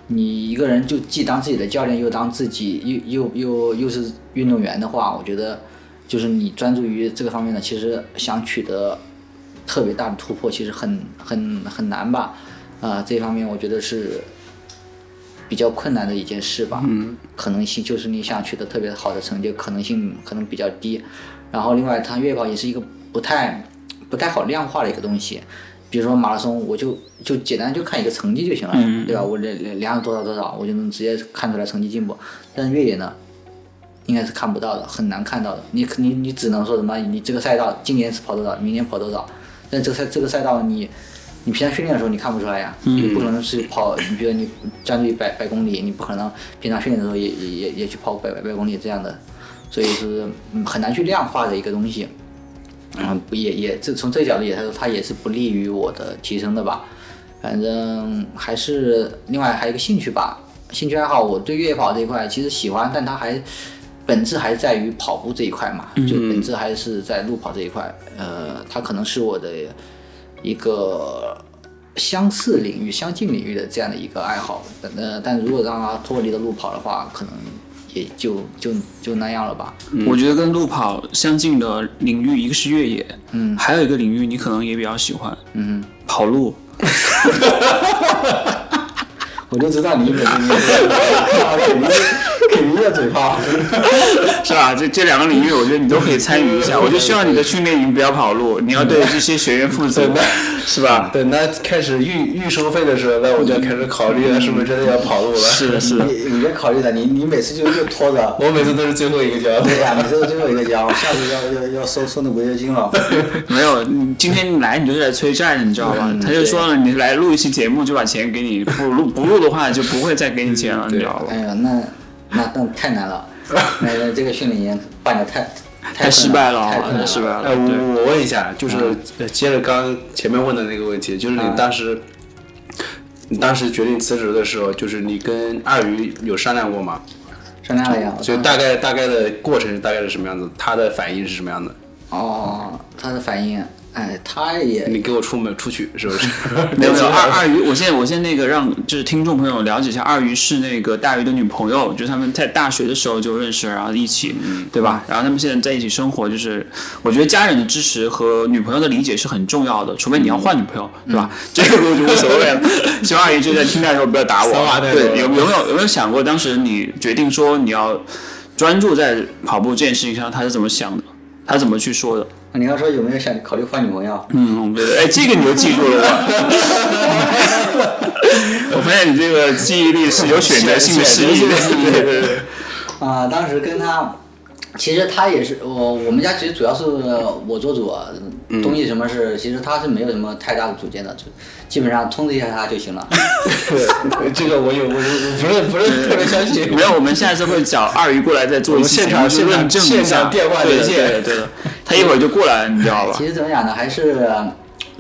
[SPEAKER 3] 你一个人就既当自己的教练，又当自己又又又又是运动员的话，我觉得就是你专注于这个方面呢，其实想取得特别大的突破，其实很很很难吧。啊、这一方面我觉得是比较困难的一件事吧。嗯，可能性就是你想取得特别好的成绩，可能性可能比较低。然后另外，它越野跑也是一个不太不太好量化的一个东西。比如说马拉松，我就就简单就看一个成绩就行了，对吧？我量量量多少多少，我就能直接看出来成绩进步。但是越野呢，应该是看不到的，很难看到的。你你你只能说什么？你这个赛道今年是跑多少，明年跑多少？但这个赛这个赛道你你平常训练的时候你看不出来呀，你不可能是跑，你比如你专注于百百公里，你不可能平常训练的时候也也也也去跑百百百公里这样的，所以是嗯很难去量化的一个东西。嗯，也也这从这个角度也来说，它也是不利于我的提升的吧。反正还是另外还有一个兴趣吧，兴趣爱好。我对越野跑这一块其实喜欢，但它还本质还是在于跑步这一块嘛，就本质还是在路跑这一块。呃，它可能是我的一个相似领域、相近领域的这样的一个爱好。呃，但如果让它脱离了路跑的话，可能也就就就那样了吧。
[SPEAKER 2] 我觉得跟路跑相近的领域，一个是越野，嗯，还有一个领域你可能也比较喜欢，嗯，跑路。
[SPEAKER 3] 我就知道你肯定肯定 肯定要嘴炮。
[SPEAKER 2] 是吧？这这两个领域，我觉得你都可以参与一下。我就希望你的训练营不要跑路，你要对这些学员负责，是吧？
[SPEAKER 1] 等他开始预预收费的时候，那我就要开始考虑他是不是真的要跑路了。
[SPEAKER 2] 是的，是的。
[SPEAKER 3] 你你别考虑了，你你每次就又拖着。
[SPEAKER 1] 我每次都是最后一个交。
[SPEAKER 3] 对呀、每次都最后一个交，下次要要要收收那违约金了。
[SPEAKER 2] 没有，你今天你来你就是来催债的，你知道
[SPEAKER 3] 嗯
[SPEAKER 2] 吧？他就说了，你来录一期节目就把钱给你，不录不录的话就不会再给你钱了，你知道吧
[SPEAKER 3] 哎？呀，那那那太难了，那个这个训练营办的太
[SPEAKER 2] 太失败了啊
[SPEAKER 3] 太困难，了
[SPEAKER 2] 失败了。
[SPEAKER 1] 哎，
[SPEAKER 2] 对
[SPEAKER 1] 我我问一下，就是呃接着刚前面问的那个问题，就是你当时，你当时决定辞职的时候，就是你跟二鱼有商量过吗？
[SPEAKER 3] 商量了呀，
[SPEAKER 1] 就大概大概的过程大概是什么样子？他的反应是什么样的？
[SPEAKER 3] 哦，他的反应，哎，他也
[SPEAKER 1] 你给我出门出去是不是？
[SPEAKER 2] 没有没有，二二鱼，我现在我现在那个让就是听众朋友了解一下，二鱼是那个大鱼的女朋友，就是他们在大学的时候就认识，然后一起，
[SPEAKER 1] 嗯
[SPEAKER 2] 对吧？然后他们现在在一起生活，就是我觉得家人的支持和女朋友的理解是很重要的，除非你
[SPEAKER 1] 嗯
[SPEAKER 2] 要换女朋友，对吧？这个我就无所谓了。 希望二鱼就在听到以后不要打我
[SPEAKER 1] 骚话
[SPEAKER 2] 啊。
[SPEAKER 1] 太多了
[SPEAKER 2] 对，有有没有有没有想过当时你决定说你要专注在跑步这件事情上，他是怎么想的？他怎么去说的？
[SPEAKER 3] 你要说有没有想考虑换女朋友？
[SPEAKER 2] 嗯，对对，哎，这个你就记住 了我。我发现你这个记忆力是有选择性的失忆，对对对对，
[SPEAKER 3] 啊、当时跟他，其实他也是我我们家其实主要是我做主，
[SPEAKER 2] 嗯
[SPEAKER 3] 东西什么事，其实他是没有什么太大的主见的，就基本上通知一下他就行了。
[SPEAKER 1] 对这个我有，我我我不是不是特别相信。
[SPEAKER 2] 没有，我们下一次会找二鱼过来再做一次
[SPEAKER 1] 我们现场
[SPEAKER 2] 节目
[SPEAKER 1] 现场
[SPEAKER 2] 论证一
[SPEAKER 1] 现
[SPEAKER 2] 下
[SPEAKER 1] 场电话
[SPEAKER 2] 对
[SPEAKER 1] 连线
[SPEAKER 2] 对对的，他一会儿就过来，你知道吧
[SPEAKER 3] 其？实怎么讲呢，还是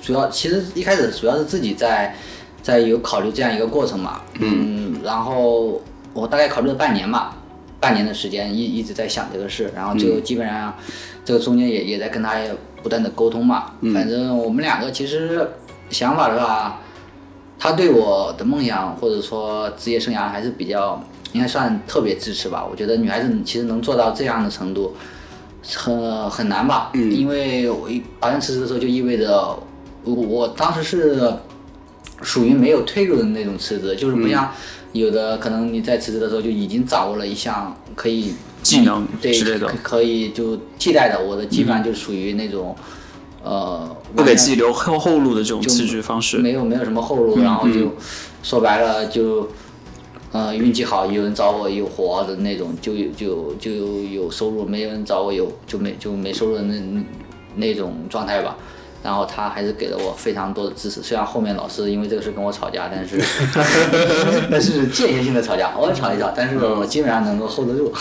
[SPEAKER 3] 主要其实一开始主要是自己在在有考虑这样一个过程嘛。嗯，然后我大概考虑了半年吧，半年的时间一一直在想这个事，然后就基本上这个中间也也在跟他也不断的沟通嘛。反正我们两个其实想法的话，他对我的梦想或者说职业生涯还是比较应该算特别支持吧。我觉得女孩子其实能做到这样的程度，很很难吧？嗯，因为我一打算辞职的时候就意味着我我当时是属于没有退路的那种辞职，
[SPEAKER 2] 嗯
[SPEAKER 3] 就是不像有的可能你在辞职的时候就已经掌握了一项可以
[SPEAKER 2] 技能
[SPEAKER 3] 对
[SPEAKER 2] 之类的
[SPEAKER 3] 可，可以就替代的，我的基本上就属于那种。呃，
[SPEAKER 2] 不给
[SPEAKER 3] 完全
[SPEAKER 2] 自己留后后路的这种辞职方式。嗯
[SPEAKER 3] 没有没有什么后路，然后就说白了就，呃，运气好有人找我有活的那种，就有就有就有有收入；没有人找我有就没就没收入的那那那种状态吧。然后他还是给了我非常多的支持，虽然后面老是因为这个事跟我吵架，但是 但是间歇性的吵架，偶尔吵一吵，但是
[SPEAKER 2] 嗯
[SPEAKER 3] 我基本上能够 hold 得住。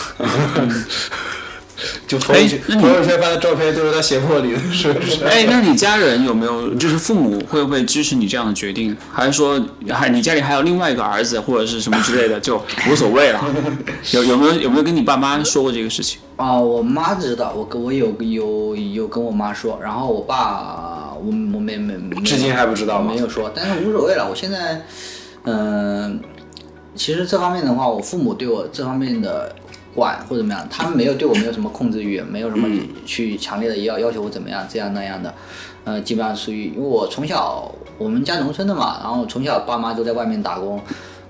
[SPEAKER 1] 就朋友圈
[SPEAKER 2] 哎那你
[SPEAKER 1] 朋友圈发的照片都是他胁迫你的，是不是？
[SPEAKER 2] 哎，那你家人有没有，就是父母会不会支持你这样的决定？还是说，还你家里还有另外一个儿子或者是什么之类的，就无所谓了？ 有有没有有没有跟你爸妈说过这个事情？
[SPEAKER 3] 啊，我妈知道，我跟我有有有跟我妈说，然后我爸我我没没没有
[SPEAKER 1] 至今还不知道吗
[SPEAKER 3] 没有说，但是无所谓了。我现在，嗯、其实这方面的话，我父母对我这方面的管或者怎么样，他们没有对我没有什么控制欲，没有什么
[SPEAKER 1] 嗯
[SPEAKER 3] 去强烈的要要求我怎么样这样那样的，呃，基本上属于因为我从小我们家农村的嘛，然后从小爸妈都在外面打工。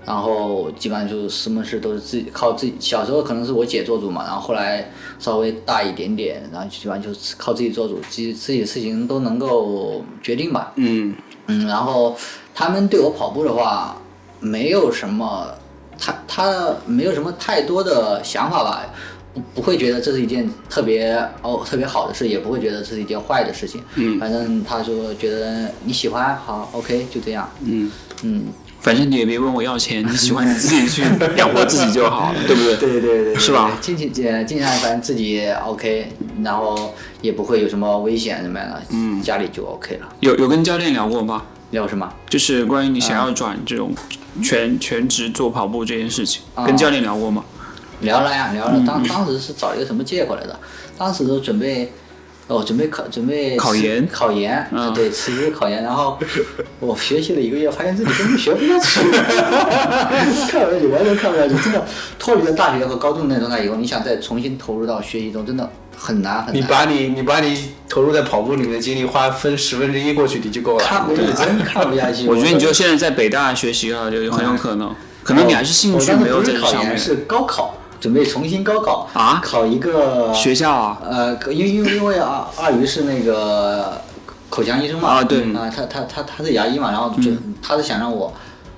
[SPEAKER 3] 然后基本上就是什么事都是自己靠自己。小时候可能是我姐做主嘛，然后后来稍微大一点点，然后基本上就是靠自己做主，自己自己的事情都能够决定吧。
[SPEAKER 1] 嗯，
[SPEAKER 3] 嗯，然后他们对我跑步的话，没有什么，他他没有什么太多的想法吧，不不会觉得这是一件特别哦特别好的事，也不会觉得这是一件坏的事情。嗯，反正他说觉得你喜欢好，OK，就这样。嗯嗯，
[SPEAKER 2] 反正你也别问我要钱，你喜欢你自己 去养活自己就好了，对不对？
[SPEAKER 3] 对对对，
[SPEAKER 2] 是吧？
[SPEAKER 3] 静静姐，静下来，反正自己 OK，然后也不会有什么危险什么样的，嗯，家里就 OK 了。
[SPEAKER 2] 有有跟教练聊过吗？
[SPEAKER 3] 聊什么？
[SPEAKER 2] 就是关于
[SPEAKER 3] 啊啊
[SPEAKER 2] 你想要转这种全全职做跑步这件事情，跟教练聊过吗？
[SPEAKER 3] 聊了呀，聊了。当当时是找一个什么借口来着？当时都准备，哦，准备考准备
[SPEAKER 2] 考
[SPEAKER 3] 辞
[SPEAKER 2] 研
[SPEAKER 3] 考研，
[SPEAKER 2] 嗯
[SPEAKER 3] 对，辞职考研。然后我学习了一个月，发现自己根本学不下去，看不下去，完全看不下去。真的脱离了大学和高中那种状态以后，你想再重新投入到学习中，真的很难很
[SPEAKER 1] 你
[SPEAKER 3] 难。
[SPEAKER 1] 把你你 把你投入在跑步里面的精力花分十分之一过去，你就够了。
[SPEAKER 3] 看不下去，真看不下去。
[SPEAKER 2] 我觉得你就现在在北大学习啊，就很有可能，可能你还是兴趣没有在这
[SPEAKER 3] 哦我当时不是考
[SPEAKER 2] 上
[SPEAKER 3] 研
[SPEAKER 2] 面。
[SPEAKER 3] 是高考，准备重新高考
[SPEAKER 2] 啊
[SPEAKER 3] 考一个
[SPEAKER 2] 学校啊，
[SPEAKER 3] 呃，因为因为因为啊，二鱼是那个口腔医生嘛，
[SPEAKER 2] 啊对嗯
[SPEAKER 3] 啊，他他他他是牙医嘛，然后就、他是想让我，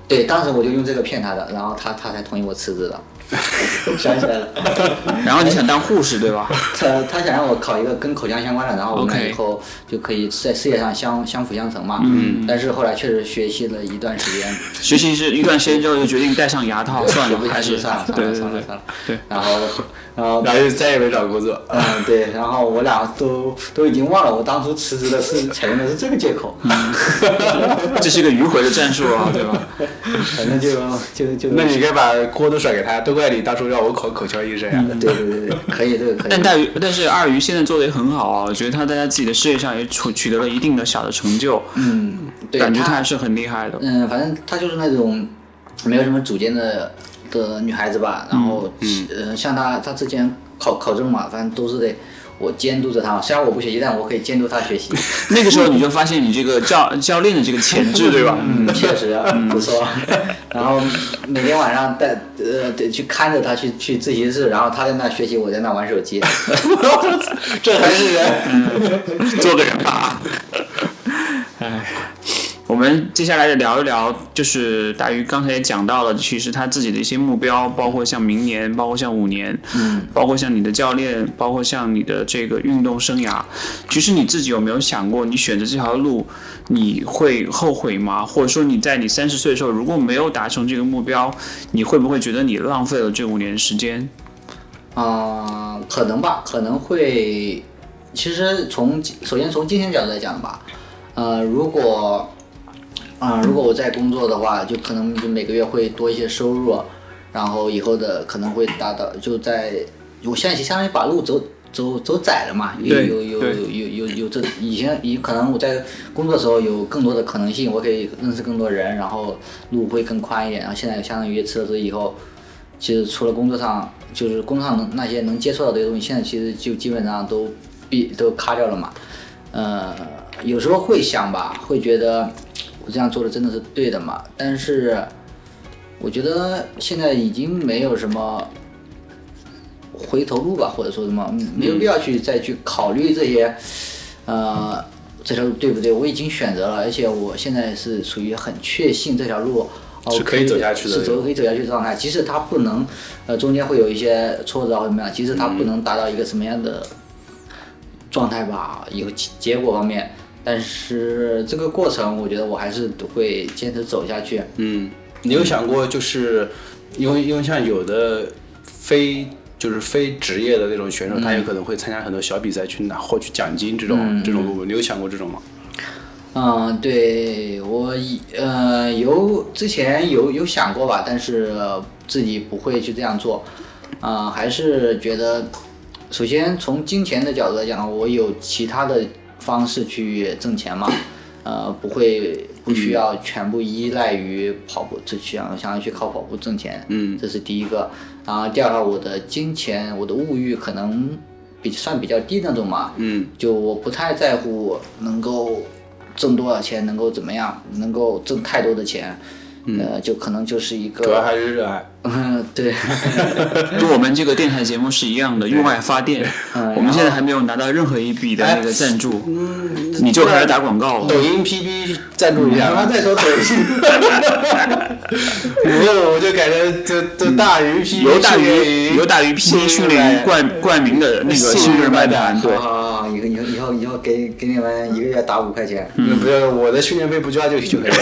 [SPEAKER 3] 对，当时我就用这个骗他的，然后他他才同意我辞职的， 想起来了，
[SPEAKER 2] 然后你想当护士对吧？
[SPEAKER 3] 他他想让我考一个跟口腔相关的，然后我们
[SPEAKER 2] OK
[SPEAKER 3] 以后就可以在事业上相相辅相成嘛，
[SPEAKER 2] 嗯
[SPEAKER 3] 但是后来确实学习了一段时间，
[SPEAKER 2] 学习是一段时间之后就决定戴上牙套，算
[SPEAKER 3] 学
[SPEAKER 2] 了
[SPEAKER 3] 不，下
[SPEAKER 2] 还
[SPEAKER 3] 去
[SPEAKER 2] 是
[SPEAKER 3] 算了算
[SPEAKER 2] 对
[SPEAKER 3] 了
[SPEAKER 2] 对
[SPEAKER 3] 算
[SPEAKER 2] 对
[SPEAKER 3] 了算了，
[SPEAKER 2] 对，
[SPEAKER 3] 然后 然后
[SPEAKER 1] 然后就再也没找工作。
[SPEAKER 3] 嗯，对，然后我俩都都已经忘了我当初辞职的是采用的是这个借口，
[SPEAKER 2] 嗯这是一个迂回的战术啊，对吧？
[SPEAKER 3] 反正就就就
[SPEAKER 1] 那你该把锅都甩给他，都怪你当初让我考口腔医生呀。
[SPEAKER 3] 对对对对，可以这个可以。
[SPEAKER 2] 但大鱼，但是二鱼现在做的也很好啊，我觉得他在他自己的事业上也取取得了一定的小的成就，
[SPEAKER 3] 嗯，对，
[SPEAKER 2] 感觉他
[SPEAKER 3] 她
[SPEAKER 2] 还是很厉害的。
[SPEAKER 3] 嗯，反正她就是那种没有什么主见的的女孩子吧。然后，嗯，呃、像她，她之前考考证嘛，反正都是得我监督着她嘛。虽然我不学习，但我可以监督她学习。
[SPEAKER 2] 那个时候你就发现你这个教教练的这个潜 质，对吧？
[SPEAKER 3] 嗯，确实啊不 错。然后每天晚上带呃得去看着他去去自习室，然后他在那学习，我在那玩手机。
[SPEAKER 1] 这还是人？
[SPEAKER 2] 做个人吧。哎，我们接下来聊一聊，就是大鱼刚才也讲到了，其实他自己的一些目标，包括像明年，包括像五年，嗯，包括像你的教练，包括像你的这个运动生涯。其实你自己有没有想过，你选择这条路，你会后悔吗？或者说你在你三十岁的时候，如果没有达成这个目标，你会不会觉得你浪费了这五年时间？
[SPEAKER 3] 嗯，可能吧，可能会。其实从首先从金钱角度来讲吧，呃，如果，嗯、如果我在工作的话，就可能就每个月会多一些收入，然后以后的可能会达到就在我现在就相当于把路走走走窄了嘛，有
[SPEAKER 2] 对
[SPEAKER 3] 有有
[SPEAKER 2] 对
[SPEAKER 3] 有有有有这以前以可能我在工作的时候有更多的可能性，我可以认识更多人，然后路会更宽一点，然后现在相当于辞了职以后。其实除了工作上，就是工作上能那些能接触到的东西，现在其实就基本上都必都卡掉了嘛。呃，有时候会想吧，会觉得我这样做的真的是对的嘛？但是我觉得现在已经没有什么回头路吧，或者说什么嗯没有必要去再去考虑这些，呃，这条路对不对？我已经选择了，而且我现在是属于很确信这条路。哦
[SPEAKER 1] 是可以走下去的
[SPEAKER 3] 是走可以走下去的状态。即使它不能，呃，中间会有一些挫折或者怎么样，即使它不能达到一个什么样的状态吧，有结结果方面，但是这个过程，我觉得我还是会坚持走下去。
[SPEAKER 1] 嗯，你有想过就是，因为因为像有的非就是非职业的那种选手，他有可能会参加很多小比赛去拿获取奖金这种、这种路，你有想过这种吗？
[SPEAKER 3] 嗯，对我以呃有之前有有想过吧，但是自己不会去这样做，啊、还是觉得，首先从金钱的角度来讲，我有其他的方式去挣 钱嘛，呃，不会不需要全部依赖于跑步，就想想要去靠跑步挣钱，嗯，这是第一个，然后第二个，我的金钱，我的物欲可能比算比较低那种嘛，
[SPEAKER 1] 嗯，
[SPEAKER 3] 就我不太在乎能够挣多少钱，能够怎么样，能够挣太多的钱，呃，就可能就是一
[SPEAKER 1] 嗯主要
[SPEAKER 3] 个，
[SPEAKER 1] 还是热爱。
[SPEAKER 3] 嗯， 对，
[SPEAKER 2] 跟我们这个电台节目是一样的，用爱发电。
[SPEAKER 3] 嗯
[SPEAKER 2] 我们现在还没有拿到任何一笔的那个赞助，你就开始打广告了。
[SPEAKER 1] 抖音 PB 赞助一下
[SPEAKER 3] 然
[SPEAKER 1] 吧
[SPEAKER 3] 后，再说 抖音。
[SPEAKER 1] 我就我就改成这这大鱼 PB，
[SPEAKER 2] 由大鱼由大鱼 P 训练营冠冠名的那个新日麦坛，对
[SPEAKER 3] 好，好啊好，以后以后以后以后给给你们一个月打五块钱。
[SPEAKER 1] 那不是我的训练费不交就 就可以了。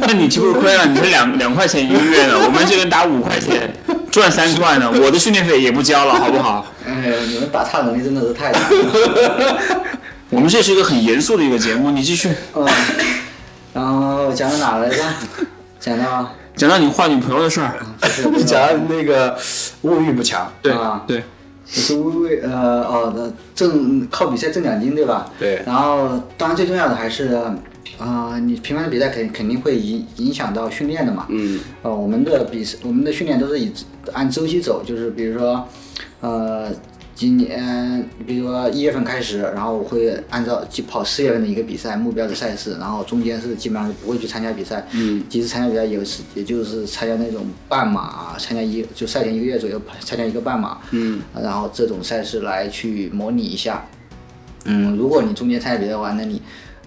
[SPEAKER 2] 那你岂不是亏了？你是两两块钱一个月呢，我们这边打五块钱，赚三块呢，我的训练费也不交了，好不好？
[SPEAKER 3] 哎呦，你们打岔能力真的是太 强了。
[SPEAKER 2] 我们这是一个很严肃的一个节目，你继续。
[SPEAKER 3] 嗯，然后讲到哪来着？讲到
[SPEAKER 2] 讲到你换女朋友的事儿，
[SPEAKER 1] 讲那个物欲不强，
[SPEAKER 2] 对、
[SPEAKER 3] 啊
[SPEAKER 2] 对，
[SPEAKER 3] 也是微微呃哦呃挣靠比赛挣奖金对吧？
[SPEAKER 1] 对
[SPEAKER 3] 然后当然最重要的还是，呃，你频繁的比赛肯肯定会影影响到训练的嘛。
[SPEAKER 1] 嗯。
[SPEAKER 3] 呃，我们的比我们的训练都是以按周期走，就是比如说，呃，今年比如说一月份开始，然后我会按照就跑四月份的一个比赛目标的赛事，然后中间是基本上是不会去参加比赛。嗯。几次参加比赛也是也就是参加那种半马，参加一就赛前一个月左右参加一个半马。嗯。然后这种赛事来去模拟一下。嗯，如果你中间参加比赛的话，那你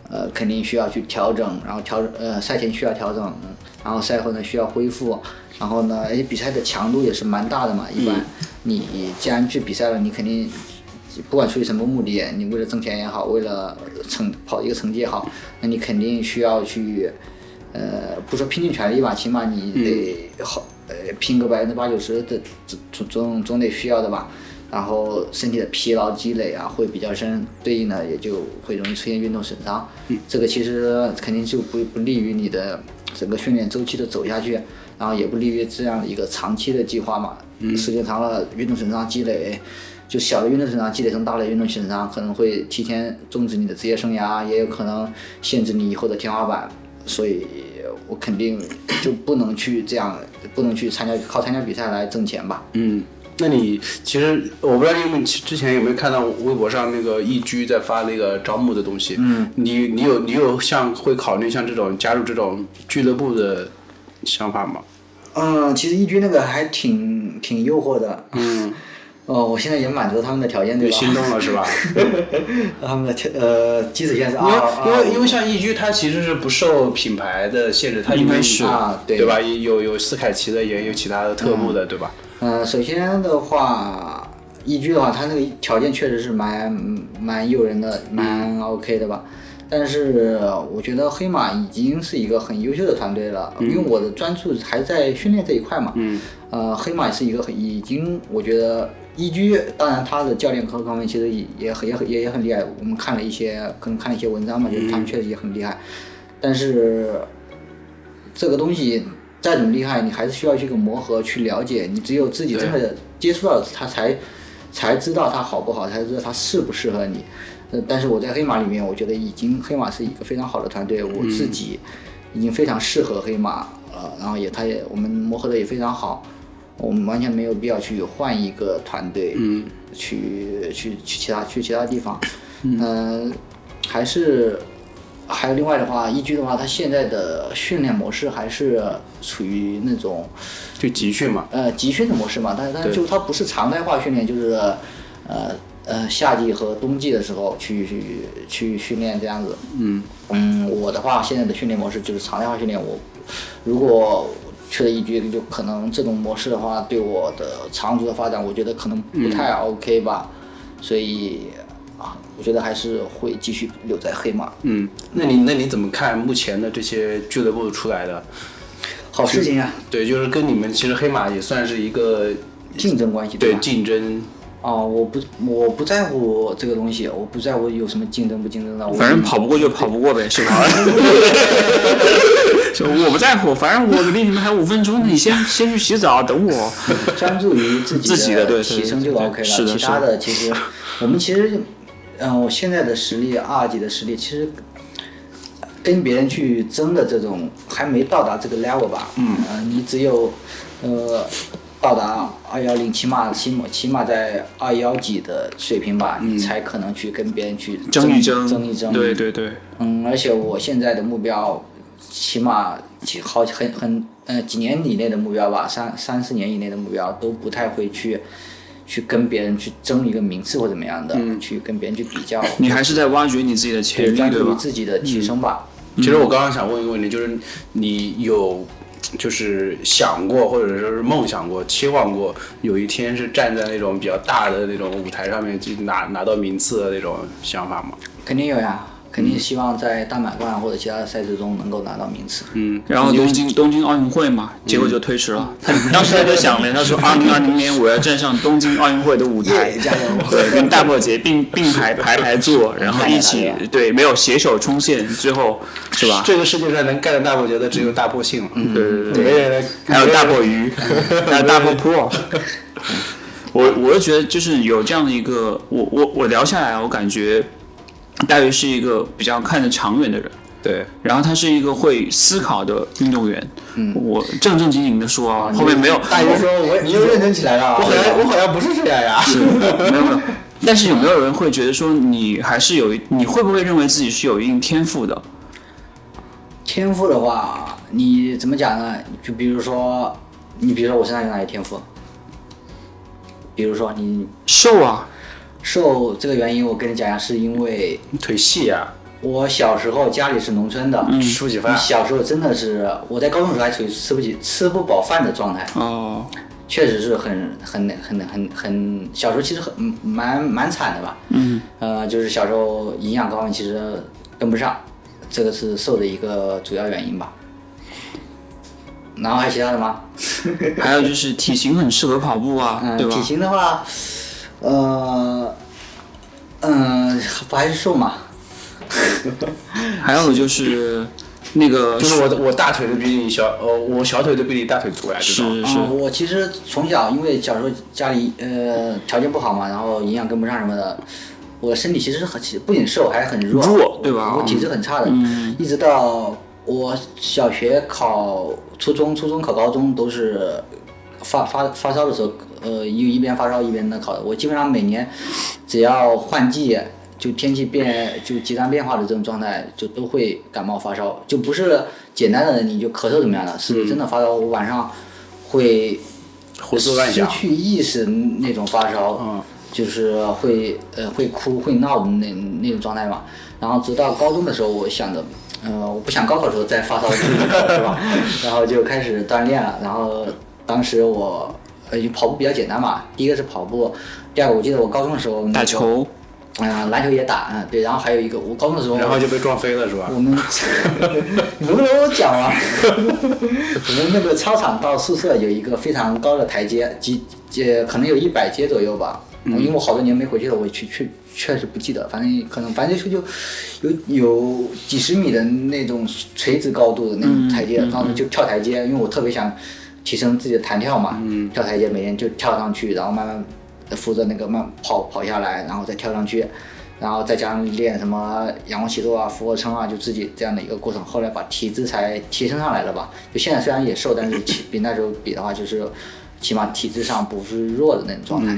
[SPEAKER 3] 呃肯定需要去调整，然后调整呃赛前需要调整，嗯然后赛后呢需要恢复，然后呢，哎比赛的强度也是蛮大的嘛，一般你既然去比赛了，你肯定。不管出于什么目的，你为了挣钱也好，为了成跑一个成绩也好，那你肯定需要去，呃，不说拼尽全力吧，起码你得好，呃，拼个百分之八九十的总总总总得需要的吧。然后身体的疲劳积累啊会比较深，对应的也就会容易出现运动损伤。这个其实肯定就不不利于你的整个训练周期的走下去，然后也不利于这样的一个长期的计划嘛。时间长了，运动损伤积累，就小的运动损伤积累成大的运动损伤，可能会提前终止你的职业生涯，也有可能限制你以后的天花板。所以我肯定就不能去这样，不能去参加靠参加比赛来挣钱吧。
[SPEAKER 1] 嗯，那你其实我不知道你有没有之前有没有看到微博上那个易居在发那个招募的东西？嗯，你你有你有像会考虑像这种加入这种俱乐部的想法吗？
[SPEAKER 3] 嗯，其实易居那个还挺挺诱惑的。嗯。 哦，我现在也满足他们的条件，对
[SPEAKER 1] 你
[SPEAKER 3] 吧？
[SPEAKER 1] 心动了是吧？
[SPEAKER 3] 他们的条呃基础线是
[SPEAKER 1] 因为
[SPEAKER 3] 啊，
[SPEAKER 1] 因为因为像易居它其实是不受品牌的限制，它因为
[SPEAKER 2] 是
[SPEAKER 3] 啊对
[SPEAKER 1] 对嗯吧？有有斯凯奇的，也有其他的特步的，对吧？
[SPEAKER 3] 呃，首先的话，依据的话，它那个条件确实是蛮蛮诱人的，蛮 OK 的吧。但是我觉得黑马已经是一个很优秀的团队了，因为我的专注还在训练这一块嘛。嗯。呃，黑马是一个很已经，我觉得依据当然他的教练各方面其实也也很也很也也很厉害，我们看了一些可能看了一些文章嘛，就是他们确实也很厉害，但是这个东西再怎么厉害，你还是需要去一个磨合，去了解。你只有自己真的接触到它，才才知道它好不好，才知道它适不适合你。呃，但是我在黑马里面，我觉得已经黑马是一个非常好的团队，我自己已经非常适合黑马了。然后也，他也我们磨合的也非常好，我们完全没有必要去换一个团队，嗯，去去去其他去其他地方，嗯、还是还有另外的话，依据的话，它现在的训练模式还是处于那种
[SPEAKER 1] 就集训嘛。
[SPEAKER 3] 呃集训的模式嘛，但但是就它不是常态化训练，就是呃呃夏季和冬季的时候去去去训练这样子。嗯我的话现在的训练模式就是常态化训练，我如果去了一局，就可能这种模式的话，对我的长足的发展，我觉得可能不太 OK 吧，所以啊，我觉得还是会继续留在黑马。
[SPEAKER 1] 嗯，那你那你怎么看目前的这些俱乐部出来的？
[SPEAKER 3] 好事情啊，
[SPEAKER 1] 对，就是跟你们其实黑马也算是一个
[SPEAKER 3] 竞争关系
[SPEAKER 1] 对
[SPEAKER 3] 吧？
[SPEAKER 1] 竞争，
[SPEAKER 3] 哦，我不我不在乎这个东西，我不在乎有什么竞争不竞争的，我
[SPEAKER 2] 反正跑不过就跑不过呗，是吧？就我不在乎，反正我离你们还有五分钟，你先先去洗澡，等我。
[SPEAKER 3] 专注于自己
[SPEAKER 2] 自己的对
[SPEAKER 3] 提
[SPEAKER 2] 对
[SPEAKER 3] 升就
[SPEAKER 2] 对
[SPEAKER 3] OK 了。
[SPEAKER 2] 是的
[SPEAKER 3] 其他的 其实我们其实，嗯、我现在的实力，二级的实力，其实跟别人去争的这种还没到达这个 level 吧。嗯。呃，你只有呃到达二幺零，起码起码起码在二幺几的水平吧，你才可能去跟别人去
[SPEAKER 2] 嗯争一
[SPEAKER 3] 争
[SPEAKER 2] 争，
[SPEAKER 3] 一争。
[SPEAKER 2] 对对对，
[SPEAKER 3] 嗯，而且我现在的目标，起码几好很很呃几年以内的目标吧，三三四年以内的目标都不太会去去跟别人去争一个名次或怎么样的，去跟别人去比较，
[SPEAKER 2] 嗯你还是在挖掘你自己的潜
[SPEAKER 3] 对
[SPEAKER 2] 力，
[SPEAKER 3] 专
[SPEAKER 2] 对
[SPEAKER 3] 注于
[SPEAKER 2] 吧？嗯
[SPEAKER 3] 自己的提升吧。
[SPEAKER 1] 其实我刚刚想问一个问题，就是你有就是想过，或者说是梦想过、期望过，有一天是站在那种比较大的那种舞台上面去拿拿到名次的那种想法吗？
[SPEAKER 3] 肯定有呀，
[SPEAKER 2] 嗯
[SPEAKER 3] 肯定希望在大满贯或者其他的赛事中能够拿到名次。
[SPEAKER 1] 嗯，
[SPEAKER 2] 然后东京东京奥运会嘛，结果就推迟了。他当时他就想了，他说二零二零年我要站上东京奥运会的舞台
[SPEAKER 3] 耶加油，
[SPEAKER 2] 对，跟大破节并并排排排坐，然后一起
[SPEAKER 3] 排排
[SPEAKER 2] 对没有携手冲线，最后是吧？嗯
[SPEAKER 1] 这个世界上能干的大破节的只有大破性了，对对对，没人来，
[SPEAKER 2] 还有大破 鱼，还有大破 Pro。我我是觉得就是有这样的一个，我我我聊下来，我感觉大鱼是一个比较看得长远的人。
[SPEAKER 1] 对，
[SPEAKER 2] 然后他是一个会思考的运动员，嗯，我正正经经的说啊，后面没有，
[SPEAKER 3] 大鱼说我你又认真起来了啊，
[SPEAKER 1] 我好像我好像不是这样呀，
[SPEAKER 2] 没有没有。但是有没有人会觉得说你还是有一，你会不会认为自己是有一定天赋的？
[SPEAKER 3] 天赋的话，你怎么讲呢？就比如说，你比如说我身上有哪些天赋？比如说你
[SPEAKER 2] 瘦啊，
[SPEAKER 3] 瘦这个原因，我跟你讲一下，是因为
[SPEAKER 1] 腿细啊呀，
[SPEAKER 3] 我小时候家里是农村的，
[SPEAKER 2] 嗯
[SPEAKER 1] 吃不起饭
[SPEAKER 3] 你小时候真的是我在高中时候还处于吃不起吃不饱饭的状态，
[SPEAKER 2] 哦，
[SPEAKER 3] 确实是很很很很很小时候其实很嗯蛮蛮惨的吧，嗯，呃，就是小时候营养各方面其实跟不上，这个是瘦的一个主要原因吧。然后还有其他的吗？
[SPEAKER 2] 还有就是体型很适合跑步啊，
[SPEAKER 3] 嗯，
[SPEAKER 2] 对吧
[SPEAKER 3] 体？型的话，呃，嗯、不还是瘦嘛？
[SPEAKER 2] 还有就是那个
[SPEAKER 1] 就是我的我大腿都比你小，呃，我小腿都比你大腿粗呀，这种。
[SPEAKER 2] 是
[SPEAKER 3] 啊、
[SPEAKER 2] 是
[SPEAKER 3] 我其实从小因为小时候家里呃条件不好嘛，然后营养跟不上什么的，我身体其实是很不仅瘦，还很弱，
[SPEAKER 2] 弱对吧嗯
[SPEAKER 3] 我体质很差的，一直到我小学考初中，初中考高中都是发发发烧的时候，呃，一一边发烧一边那考的。我基本上每年只要换季。就天气变，就极端变化的这种状态，就都会感冒发烧，就不是简单的你就咳嗽怎么样的，
[SPEAKER 2] 嗯
[SPEAKER 3] 是真的发烧。我晚上会
[SPEAKER 1] 胡思乱想
[SPEAKER 3] 失去意识那种发烧，
[SPEAKER 1] 嗯
[SPEAKER 3] 就是会呃会哭会闹的那那种状态嘛。然后直到高中的时候，我想着，呃，我不想高考的时候再发烧，是吧？ 然后就开始锻炼了。然后当时我呃跑步比较简单嘛，第一个是跑步，第二个我记得我高中的时候那个
[SPEAKER 2] 打，球，
[SPEAKER 3] 嗯、篮球也打，嗯对，然后还有一个我高中的时候，
[SPEAKER 1] 然后就被撞飞了是吧
[SPEAKER 3] 我？们，你能不能我讲啊？ 我们那个操场到宿舍有一个非常高的台阶，几阶可能有一百阶左右吧。因为我好多年没回去了，我去去确实不记得，反正可能反正就就有有几十米的那种垂直高度的那种台阶，当时就跳台阶，因为我特别想提升自己的弹跳嘛，跳台阶每天就跳上去，然后慢慢扶着那个慢跑跑下来，然后再跳上去，然后再加上练什么仰卧起坐啊、俯卧撑啊，就自己这样的一个过程。后来把体脂才提升上来了吧？就现在虽然也瘦，但是起比那时候比的话，就是起码体质上不是弱的那种状态。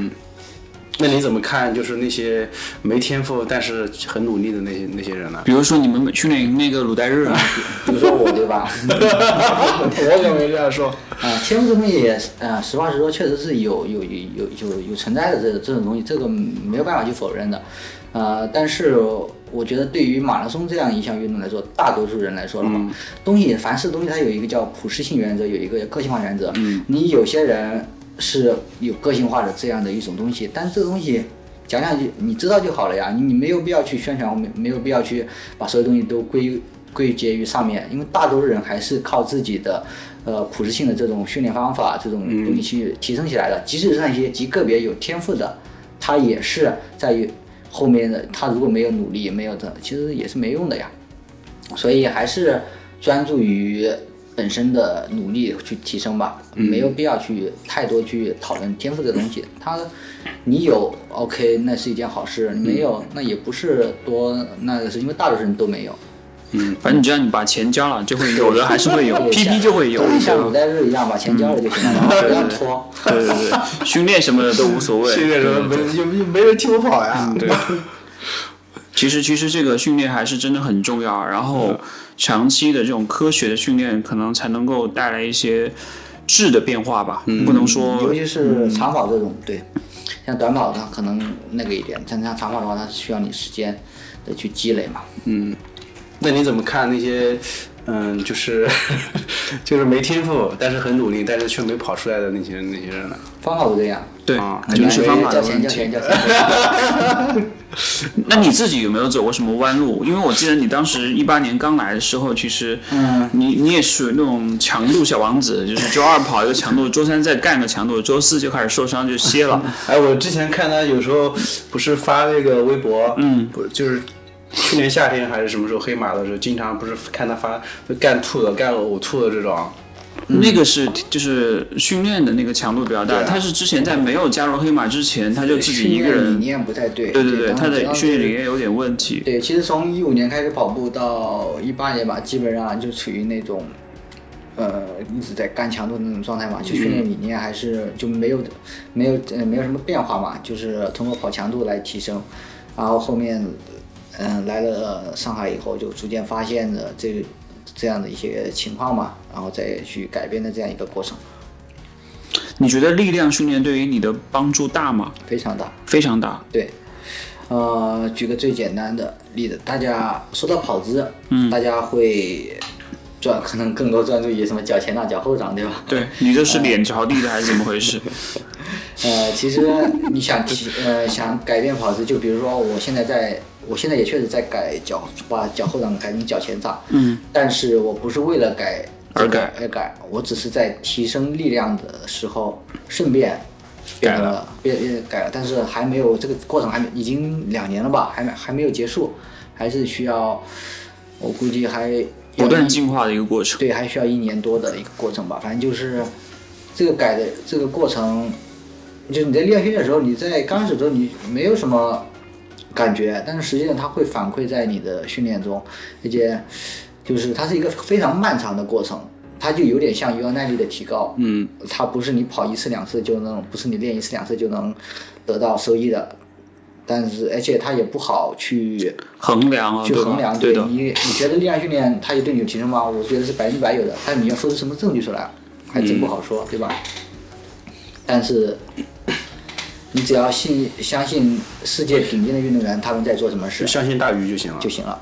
[SPEAKER 1] 那你怎么看就是那些没天赋但是很努力的那些那些 人呢？
[SPEAKER 2] 比如说你们训练营那个鲁代日啊，
[SPEAKER 3] 比如说我对吧？
[SPEAKER 1] 我可没这样说。
[SPEAKER 3] 啊，天赋这东西也，呃，实话实说，确实是有有有有有有存在的这这种东西，这个没有办法去否认的。呃，但是我觉得对于马拉松这样一项运动来说，大多数人来说的话，东西凡是东西它有一个叫普适性原则，有一个个性化原则。嗯，你有些人是有个性化的这样的一种东西，但是这个东西。讲两句，你知道就好了呀。你你没有必要去宣传，没没有必要去把所有东西都归归结于上面，因为大多数人还是靠自己的呃普适性的这种训练方法，这种东西去提升起来的。即使是那些极个别有天赋的，他也是在于后面的，他如果没有努力，没有的，其实也是没用的呀。所以还是专注于本身的努力去提升吧，
[SPEAKER 2] 嗯
[SPEAKER 3] 没有必要去太多去讨论天赋这东西。它，你有 OK，那是一件好事；
[SPEAKER 2] 嗯
[SPEAKER 3] 你没有，那也不是多那个是因为大多数人都没有。
[SPEAKER 2] 反正只要你把钱交了，就会嗯有的还是 会有，PP 就会有，嗯
[SPEAKER 3] 跟像
[SPEAKER 2] 对吧
[SPEAKER 3] 古代日一样把钱交了就行了，然后不要拖。
[SPEAKER 2] 对对对，训练什么的都无所谓。
[SPEAKER 1] 训练什么没又又没人替我跑呀？对，
[SPEAKER 2] 其实其实这个训练还是真的很重要，然后长期的这种科学的训练，可能才能够带来一些质的变化吧。不能
[SPEAKER 3] 尤
[SPEAKER 2] 说
[SPEAKER 3] 其是长跑这种，
[SPEAKER 2] 嗯
[SPEAKER 3] 对，像短跑它可能那个一点，但像长跑的话，它需要你时间的去积累嘛。
[SPEAKER 1] 那你怎么看那些？嗯， 就是就是没天赋，但是很努力，但是却没跑出来的那些那些人呢？
[SPEAKER 3] 方法都这样。
[SPEAKER 2] 对
[SPEAKER 1] 啊，
[SPEAKER 2] 就
[SPEAKER 3] 感
[SPEAKER 2] 是
[SPEAKER 3] 觉
[SPEAKER 2] 方法的
[SPEAKER 3] 交钱
[SPEAKER 2] 问
[SPEAKER 3] 交
[SPEAKER 2] 题。
[SPEAKER 3] 钱交钱。
[SPEAKER 2] 那你自己有没有走过什么弯路？因为我记得你当时一八年刚来的时候，其实，
[SPEAKER 3] 嗯，
[SPEAKER 2] 你你也属于那种强度小王子，就是周二跑一个强度，周三再干个强度，周四就开始受伤就歇了。
[SPEAKER 1] 哎，我之前看他有时候不是发那个微博，嗯，不就是去年夏天还是什么时候黑马的时候，经常不是看他发就干吐的、干呕吐的这种，
[SPEAKER 3] 嗯
[SPEAKER 2] 那个是就是训练的那个强度比较大，
[SPEAKER 1] 对啊
[SPEAKER 2] 他是之前在没有加入黑马之前，他就自己一个
[SPEAKER 3] 训练理
[SPEAKER 2] 人，
[SPEAKER 3] 念不太对。
[SPEAKER 2] 对对对，
[SPEAKER 3] 当
[SPEAKER 2] 他
[SPEAKER 3] 当
[SPEAKER 2] 的
[SPEAKER 3] 时
[SPEAKER 2] 训练理念有点问题。
[SPEAKER 3] 对，其实从一五年开始跑步到一八年吧，基本上就处于那种，呃，一直在干强度的那种状态嘛，就训
[SPEAKER 2] 嗯
[SPEAKER 3] 练理念还是就没有没有呃没有什么变化嘛，就是通过跑强度来提升，然后后面，嗯、来了上海以后就逐渐发现了这这样的一些情况嘛，然后再去改变的这样一个过程，
[SPEAKER 2] 你觉得力量训练对于你的帮助大吗？
[SPEAKER 3] 非常大。
[SPEAKER 2] 非常大。
[SPEAKER 3] 对，呃，举个最简单的例子，大家说到跑姿，嗯，大家会专可能更多专注于什么脚前掌、脚后掌，对吧？
[SPEAKER 2] 对你这是脸着地的还是怎么回 事？
[SPEAKER 3] 呃，其实你想提呃想改变跑姿，就比如说我现在在，我现在也确实在改脚，把脚后掌改成脚前掌，嗯，但是我不是为了改
[SPEAKER 2] 而改
[SPEAKER 3] 而改，我只是在提升力量的时候顺便。
[SPEAKER 1] 改了
[SPEAKER 3] 了，变变改了，但是还没有这个过程还没已经两年了吧，还没还没有结束，还是需要，我估计还要
[SPEAKER 2] 不
[SPEAKER 3] 一
[SPEAKER 2] 断进化的一个过程。
[SPEAKER 3] 对，还需要一年多的一个过程吧。反正就是这个改的这个过程，就你在练训练的时候，你在刚开始的时候你没有什么感觉，但是实际上它会反馈在你的训练中，而且就是它是一个非常漫长的过程。它就有点像有氧耐力的提高，嗯，它不是你跑一次两次就能，不是你练一次两次就能得到收益的，但是而且它也不好去
[SPEAKER 2] 衡量啊，
[SPEAKER 3] 去
[SPEAKER 2] 对吧
[SPEAKER 3] 衡量，
[SPEAKER 2] 对的，
[SPEAKER 3] 你你觉得力量训练它有对你有提升吗？我觉得是百分之百有的，但你要说出什么证据出来，还真不
[SPEAKER 2] 嗯
[SPEAKER 3] 好说，对吧？但是你只要信相信世界顶尖的运动员他们在做什么事
[SPEAKER 1] 就相信大鱼就行了，
[SPEAKER 3] 就行了。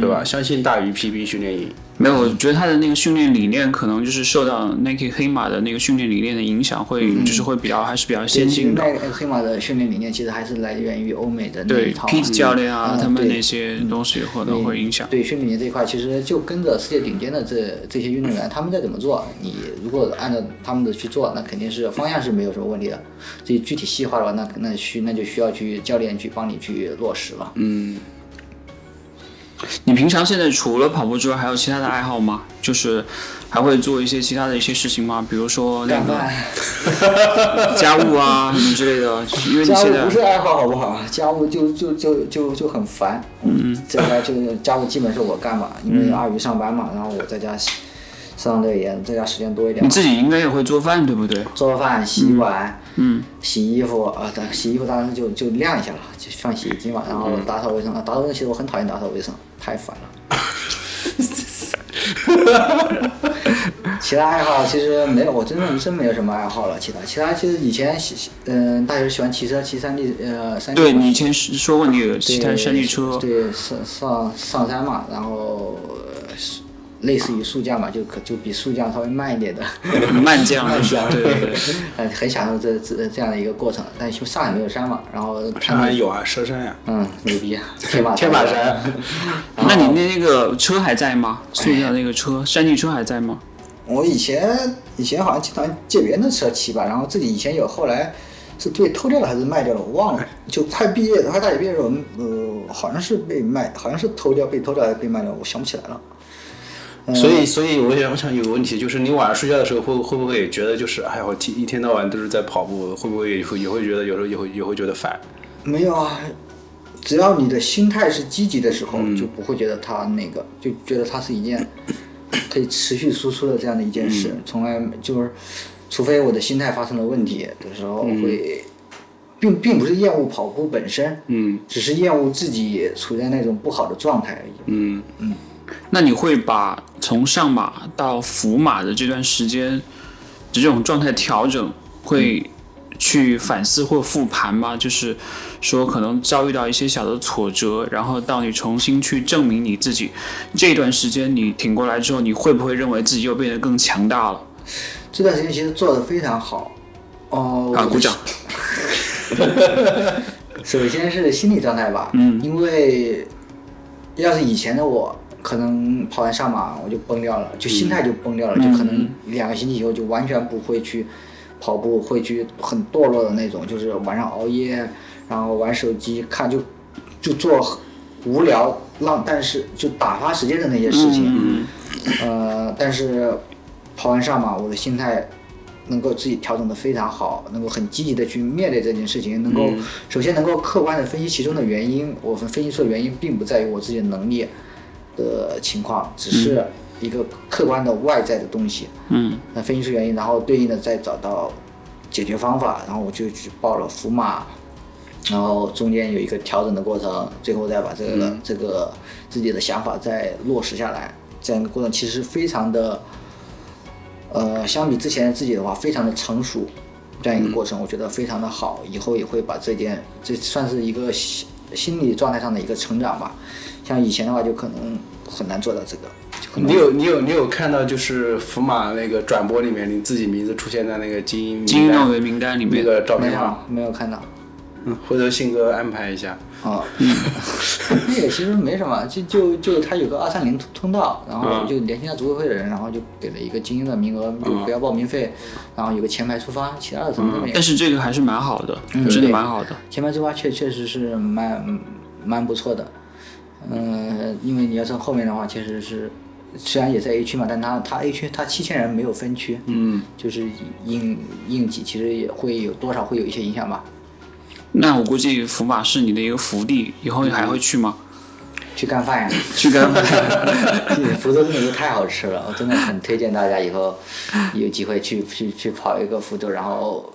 [SPEAKER 1] 对吧？相信大鱼 PB 训练营，
[SPEAKER 2] 没有，我觉得他的那个训练理念可能就是受到 Nike 黑马的那个训练理念的影响，会、
[SPEAKER 3] 嗯
[SPEAKER 2] 就是会比较还是比较先
[SPEAKER 3] 其实
[SPEAKER 2] 进的。
[SPEAKER 3] 麦克黑马的训练理念其实还是来源于欧美的那一
[SPEAKER 2] 对
[SPEAKER 3] 套嘛
[SPEAKER 2] Pete 教练啊，
[SPEAKER 3] 嗯
[SPEAKER 2] 他们
[SPEAKER 3] 对
[SPEAKER 2] 那些东西可能会影响。
[SPEAKER 3] 对训练营这一块，其实就跟着世界顶尖的这这些运动员，他们在怎么做，你如果按照他们的去做，那肯定是方向是没有什么问题的。至于具体细化的话，那那需那就需要去教练去帮你去落实了。嗯，
[SPEAKER 2] 你平常现在除了跑步之外，还有其他的爱好吗？就是还会做一些其他的一些事情吗？比如说那
[SPEAKER 3] 干饭
[SPEAKER 2] 个家务啊什么之类的。就是因为你
[SPEAKER 3] 家
[SPEAKER 2] 现
[SPEAKER 3] 务
[SPEAKER 2] 在
[SPEAKER 3] 不是爱好好不好？家务就就就就就很烦。嗯，在家就家务基本是我干嘛，因
[SPEAKER 2] 嗯
[SPEAKER 3] 为二鱼上班嘛，然后我在家相对也在家时间多一点
[SPEAKER 2] 你
[SPEAKER 3] 嘛。
[SPEAKER 2] 自己应该也会做饭，对不对？
[SPEAKER 3] 做饭、洗碗、
[SPEAKER 2] 嗯，
[SPEAKER 3] 洗衣服啊，当洗衣服当时就就晾一下了，就放洗衣机嘛。然后
[SPEAKER 2] 嗯
[SPEAKER 3] 打扫卫生啊，打扫卫生其实我很讨厌打扫卫生，太烦 了。其他爱好其实没有，我真正真没有什么爱好了。其他其他其实以前喜嗯、大学喜欢骑车，骑山地呃山地
[SPEAKER 2] 对
[SPEAKER 3] 嘛
[SPEAKER 2] 你以前是说过你有骑台山地车，
[SPEAKER 3] 对上上上山嘛，然后呃是类似于速降嘛，就可就比速降稍微慢 一点的。
[SPEAKER 2] 慢降， 对对对。
[SPEAKER 3] 呃，很享受这这这样的一个过程。但是上海没有山嘛，然后他
[SPEAKER 1] 上海
[SPEAKER 3] 们
[SPEAKER 1] 有啊，佘山呀，
[SPEAKER 3] 嗯牛逼，天马
[SPEAKER 1] 天马山，
[SPEAKER 2] 那你那那个车还在吗？
[SPEAKER 3] 哎
[SPEAKER 2] 碎掉那个车，山地车还在吗？
[SPEAKER 3] 我以前以前好像经常借别人的车骑吧，然后自己以前有，后来是被偷掉了还是卖掉了，我忘了。就快毕业，快大学毕业的时候，呃，好像是被卖，好像是偷掉，被偷掉还是被卖掉，我想不起来了。
[SPEAKER 1] 所以所以我想我想有个问题，就是你晚上睡觉的时候会会不会觉得就是哎呀，我一天到晚都是在跑步，会不会也会也会觉得有时候也会也会觉得烦？
[SPEAKER 3] 没有啊，只要你的心态是积极的时候，
[SPEAKER 2] 嗯
[SPEAKER 3] 就不会觉得它那个，就觉得它是一 件可以持续输出的这样的一件
[SPEAKER 2] 嗯
[SPEAKER 3] 事，从来就是，除非我的心态发生了问题的时候会。
[SPEAKER 2] 嗯
[SPEAKER 3] 并并不是厌恶跑步本身，嗯，只是厌恶自己处在那种不好的状态而已。
[SPEAKER 1] 嗯，
[SPEAKER 2] 那你会把从上马到伏马的这段时间这种状态调整，会去反思或复盘吗？就是说，可能遭遇到一些小的挫折，然后到你重新去证明你自己，这段时间你挺过来之后，你会不会认为自己又变得更强大了？
[SPEAKER 3] 这段时间其实做的非常好，哦，
[SPEAKER 2] 啊，鼓掌。
[SPEAKER 3] 首先是心理状态吧，嗯，因为要是以前的我，可能跑完上马我就崩掉了，就心态就崩掉了，就可能两个星期以后就完全不会去跑步，会去很堕落的那种，就是晚上熬夜，然后玩手机看就就做无聊浪，但是就打发时间的那些事情，呃，但是跑完上马，我的心态能够自己调整的非常好，能够很积极的去面对这件事情，能够、首先能够客观的分析其中的原因。我们分析出的原因并不在于我自己的能力的情况，只是一个客观的外在的东西。
[SPEAKER 2] 嗯，
[SPEAKER 3] 那分析出原因，然后对应的再找到解决方法，然后我就去报了福马，然后中间有一个调整的过程，最后再把这个、
[SPEAKER 1] 嗯
[SPEAKER 3] 这个自己的想法再落实下来。这样一个过程其实非常的，呃，相比之前自己的话，非常的成熟，这
[SPEAKER 1] 嗯
[SPEAKER 3] 样一个过程，我觉得非常的好。以后也会把这件，这算是一个心心理状态上的一个成长吧。像以前的话，就可能很难做到这个，就可能
[SPEAKER 1] 你有你有你有看到就是福马那个转播里面你自己名字出现在那个精英名单
[SPEAKER 2] 精英运动员名单里面
[SPEAKER 1] 那个照
[SPEAKER 3] 没
[SPEAKER 1] 片
[SPEAKER 3] 有
[SPEAKER 1] 吗？
[SPEAKER 3] 没有看到。
[SPEAKER 1] 嗯，回头信哥安排一下。
[SPEAKER 3] 哦， 那个其实没什么，就就就他有个二三零通道，然后我就联系他组委会的人，然后就给了一个精英的名额，就不要报名费，然后有个前排出发，其他的什么都没有
[SPEAKER 2] 但。是这个还是蛮好的，真的蛮好的。
[SPEAKER 3] 前排出发确确实是蛮蛮不错的，嗯，因为你要是后面的话，确实是虽然也在 A 区嘛，但他他 A 区他七千人没有分区，嗯，就是应应急其实也会有多少会有一些影响吧。
[SPEAKER 2] 那我估计福马是你的一个福利，以后你还会去吗？
[SPEAKER 3] 去干饭呀！嗯
[SPEAKER 2] 去干 饭？
[SPEAKER 3] 福州真的是太好吃了，我真的很推荐大家以后有机会去去去跑一个福州，然后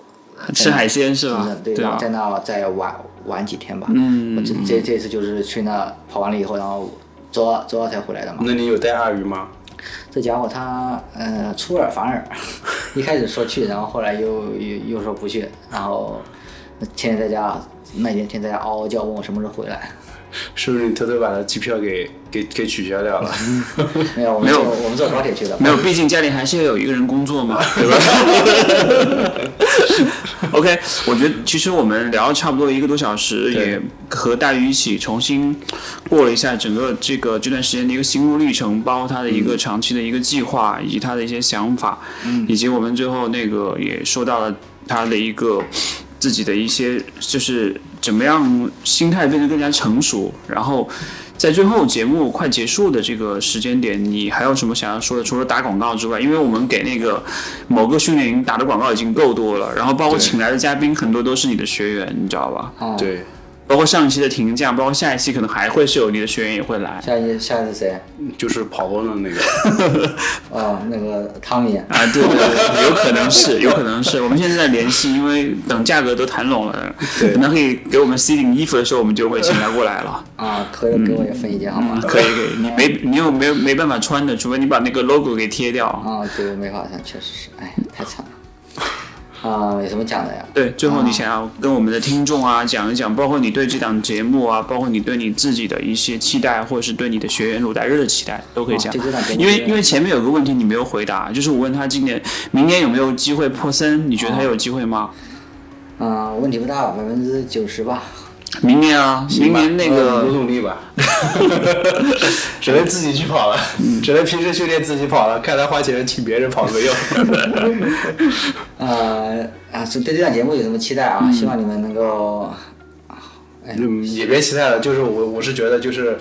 [SPEAKER 2] 吃海鲜是吧
[SPEAKER 3] 嗯对，
[SPEAKER 2] 对啊
[SPEAKER 3] 然后在那再玩玩几天吧。嗯，我这这这次就是去那跑完了以后，然后周二周二才回来
[SPEAKER 2] 嗯
[SPEAKER 3] 的嘛。
[SPEAKER 1] 那你有带阿鱼吗？
[SPEAKER 3] 这家伙他呃出尔反尔， 一开始说去，然后后来又又又说不去，然后天天在家那几天在家嗷嗷叫，问我什么时候回来。
[SPEAKER 1] 是不是你偷偷把他机票给给给取消掉了？
[SPEAKER 3] 没有，我
[SPEAKER 2] 没
[SPEAKER 3] 们
[SPEAKER 2] 有
[SPEAKER 3] 坐我们坐高铁去的。
[SPEAKER 2] 没有，毕竟家里还是要有一个人工作嘛，对吧 ？OK，我觉得其实我们聊了差不多一个多小时，也和大鱼一起重新过了一下整个这个这段时间的一个心路历程，包括他的一个长期的一个计划，以及他的一些想法，以及我们最后那个也说到了他的一个自己的一些就是怎么样心态变得更加成熟，然后。在最后节目快结束的这个时间点，你还有什么想要说的？除了打广告之外，因为我们给那个某个训练营打的广告已经够多了，然后包括请来的嘉宾很多都是你的学员，你知道吧？
[SPEAKER 3] 哦，
[SPEAKER 1] 对，
[SPEAKER 2] 嗯包括上一期的评价，包括下一期可能还会是有你的学员也会来
[SPEAKER 3] 下一下一次谁？
[SPEAKER 1] 就是跑过的那个。
[SPEAKER 3] 哦，那个汤米。
[SPEAKER 2] 啊，对对对，有可能 是，有可能是。我们现在在联系，因为等价格都谈拢了，等他可以给我们 C 领衣服的时候，我们就会请他过来 了。
[SPEAKER 3] 啊，可以给我也分一件好吗？
[SPEAKER 2] 嗯可以可以，你没你又没有没办法穿的，除非你把那个 logo 给贴掉。
[SPEAKER 3] 啊，对我没法上，确实是，哎，太惨了。啊，有什么讲的呀？
[SPEAKER 2] 对，最后你想要跟我们的听众啊讲一讲，包括你对这档节目啊，包括你对你自己的一些期待，或者是对你的学员鲁代日的期待，都可以讲
[SPEAKER 3] 哦对这档节。目
[SPEAKER 2] 因为因为前面有个问题你没有回答，就是我问他今年明年有没有机会破三，你觉得他有机会吗？
[SPEAKER 3] 啊，问题不大，百分之九十吧。
[SPEAKER 2] 明年啊，明年那
[SPEAKER 1] 嗯努
[SPEAKER 2] 个
[SPEAKER 1] 努力吧，只能自己去跑了，
[SPEAKER 2] 嗯
[SPEAKER 1] 只能平时训练自己跑了，看他花钱请别人跑 没用。
[SPEAKER 3] 呃，啊，是对这档节目有什么期待啊？
[SPEAKER 2] 嗯
[SPEAKER 3] 希望你们能够，啊哎
[SPEAKER 1] 嗯，也别期待了，就是我我是觉得就是
[SPEAKER 2] 嗯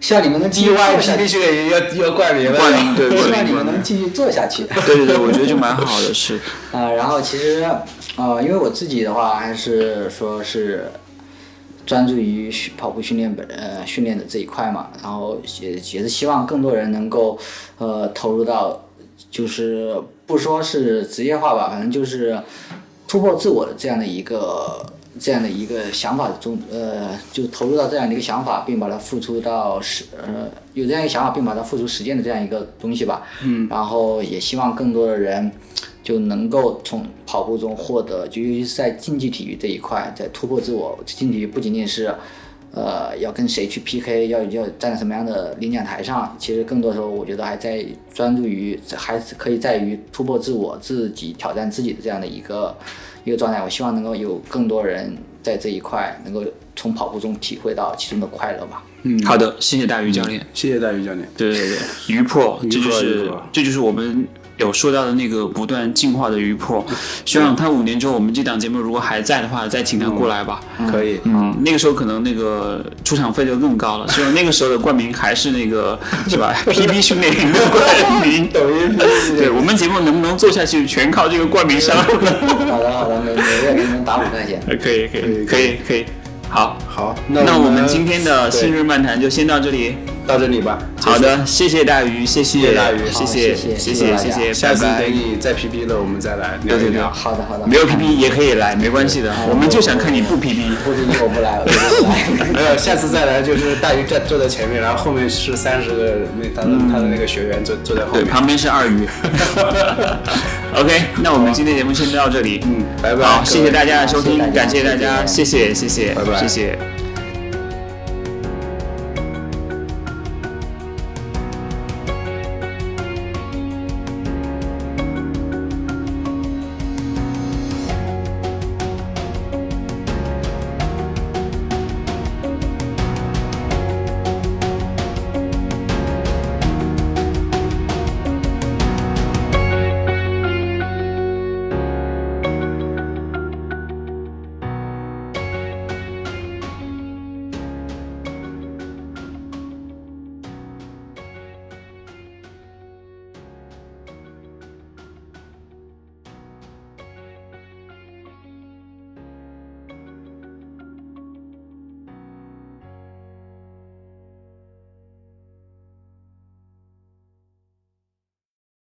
[SPEAKER 3] 希望你们能继续做
[SPEAKER 1] DY
[SPEAKER 3] 下
[SPEAKER 1] PB
[SPEAKER 3] 去，
[SPEAKER 1] 训练营要要冠名了，
[SPEAKER 2] 冠名对
[SPEAKER 3] 希
[SPEAKER 2] 冠
[SPEAKER 3] 望
[SPEAKER 2] 名
[SPEAKER 3] 你
[SPEAKER 2] 冠
[SPEAKER 3] 们
[SPEAKER 2] 名
[SPEAKER 3] 能继续做下去。
[SPEAKER 2] 对对对，我觉得就蛮好的，是
[SPEAKER 3] 啊，然后其实，呃，因为我自己的话，还是说是专注于训跑步训练本呃训练的这一块嘛，然后也也是希望更多人能够呃投入到，就是不说是职业化吧，反正就是突破自我的这样的一个这样的一个想法中，呃，就投入到这样的一个想法，并把它付出到实，呃，有这样一个想法，并把它付出实践的这样一个东西吧。嗯。然后也希望更多的人就能够从跑步中获得，就尤其是在竞技体育这一块，在突破自我。竞技体育不仅仅是呃，要跟谁去 PK，要要站在什么样的领奖台上，其实更多时候我觉得还在专注于，还是可以在于突破自我、自己挑战自己的这样的一个一个状态。我希望能够有更多人在这一块能够从跑步中体会到其中的快乐吧。
[SPEAKER 2] 嗯，好的，谢谢大鱼教练。
[SPEAKER 1] 谢谢大宇教练。
[SPEAKER 2] 对对对，鱼破，这就
[SPEAKER 1] 鱼
[SPEAKER 2] 是
[SPEAKER 1] 破
[SPEAKER 2] 这就是我们有说到的那个不断进化的鱼破。希望他五年之后，我们这档节目如果还在的话，再请他过来吧。
[SPEAKER 1] 可以，
[SPEAKER 2] 嗯，那个时候可能那个出场费就更高了，希望那个时候的冠名还是那 个是吧？PB 训练营的冠名，抖音。 对我们节目能不能做下去，全靠这个冠名商。
[SPEAKER 3] 好的，好的，每每月给你们打五块钱。
[SPEAKER 2] 可以可以
[SPEAKER 1] 以
[SPEAKER 2] 可以可以，好，
[SPEAKER 1] 好，
[SPEAKER 2] 那
[SPEAKER 1] 我
[SPEAKER 2] 我们今天的
[SPEAKER 1] 对
[SPEAKER 2] 新日漫谈就先到这里。
[SPEAKER 1] 到这里吧。
[SPEAKER 2] 好的，谢谢大鱼，谢谢
[SPEAKER 1] 谢谢大鱼
[SPEAKER 2] 谢谢
[SPEAKER 3] 好谢
[SPEAKER 2] 谢谢
[SPEAKER 3] 谢谢谢大
[SPEAKER 2] 谢
[SPEAKER 3] 家
[SPEAKER 2] 谢，
[SPEAKER 1] 下次
[SPEAKER 2] 拜
[SPEAKER 1] 等
[SPEAKER 2] 拜。
[SPEAKER 1] 你再 PB 了，我们再来聊一 聊。
[SPEAKER 3] 好的，好的。
[SPEAKER 2] 没有 PB 也可以来，没关系的，我们就想看你不 PB。
[SPEAKER 3] 不是我不来，我不
[SPEAKER 1] 没
[SPEAKER 3] 来。
[SPEAKER 1] 有，下次再来就是大鱼站坐在前面，然后后面是三十个那他的、
[SPEAKER 2] 嗯
[SPEAKER 1] 他的那个学员坐坐在后
[SPEAKER 2] 对，
[SPEAKER 1] 面。
[SPEAKER 2] 旁边是二鱼。OK，那我们今天节目先到这里。
[SPEAKER 1] 嗯拜拜
[SPEAKER 2] 好，
[SPEAKER 1] 各位
[SPEAKER 2] 谢谢大家的收听，
[SPEAKER 3] 谢谢大家
[SPEAKER 2] 感谢大家，谢
[SPEAKER 3] 谢
[SPEAKER 2] 谢，谢谢，
[SPEAKER 1] 拜拜
[SPEAKER 2] 谢谢。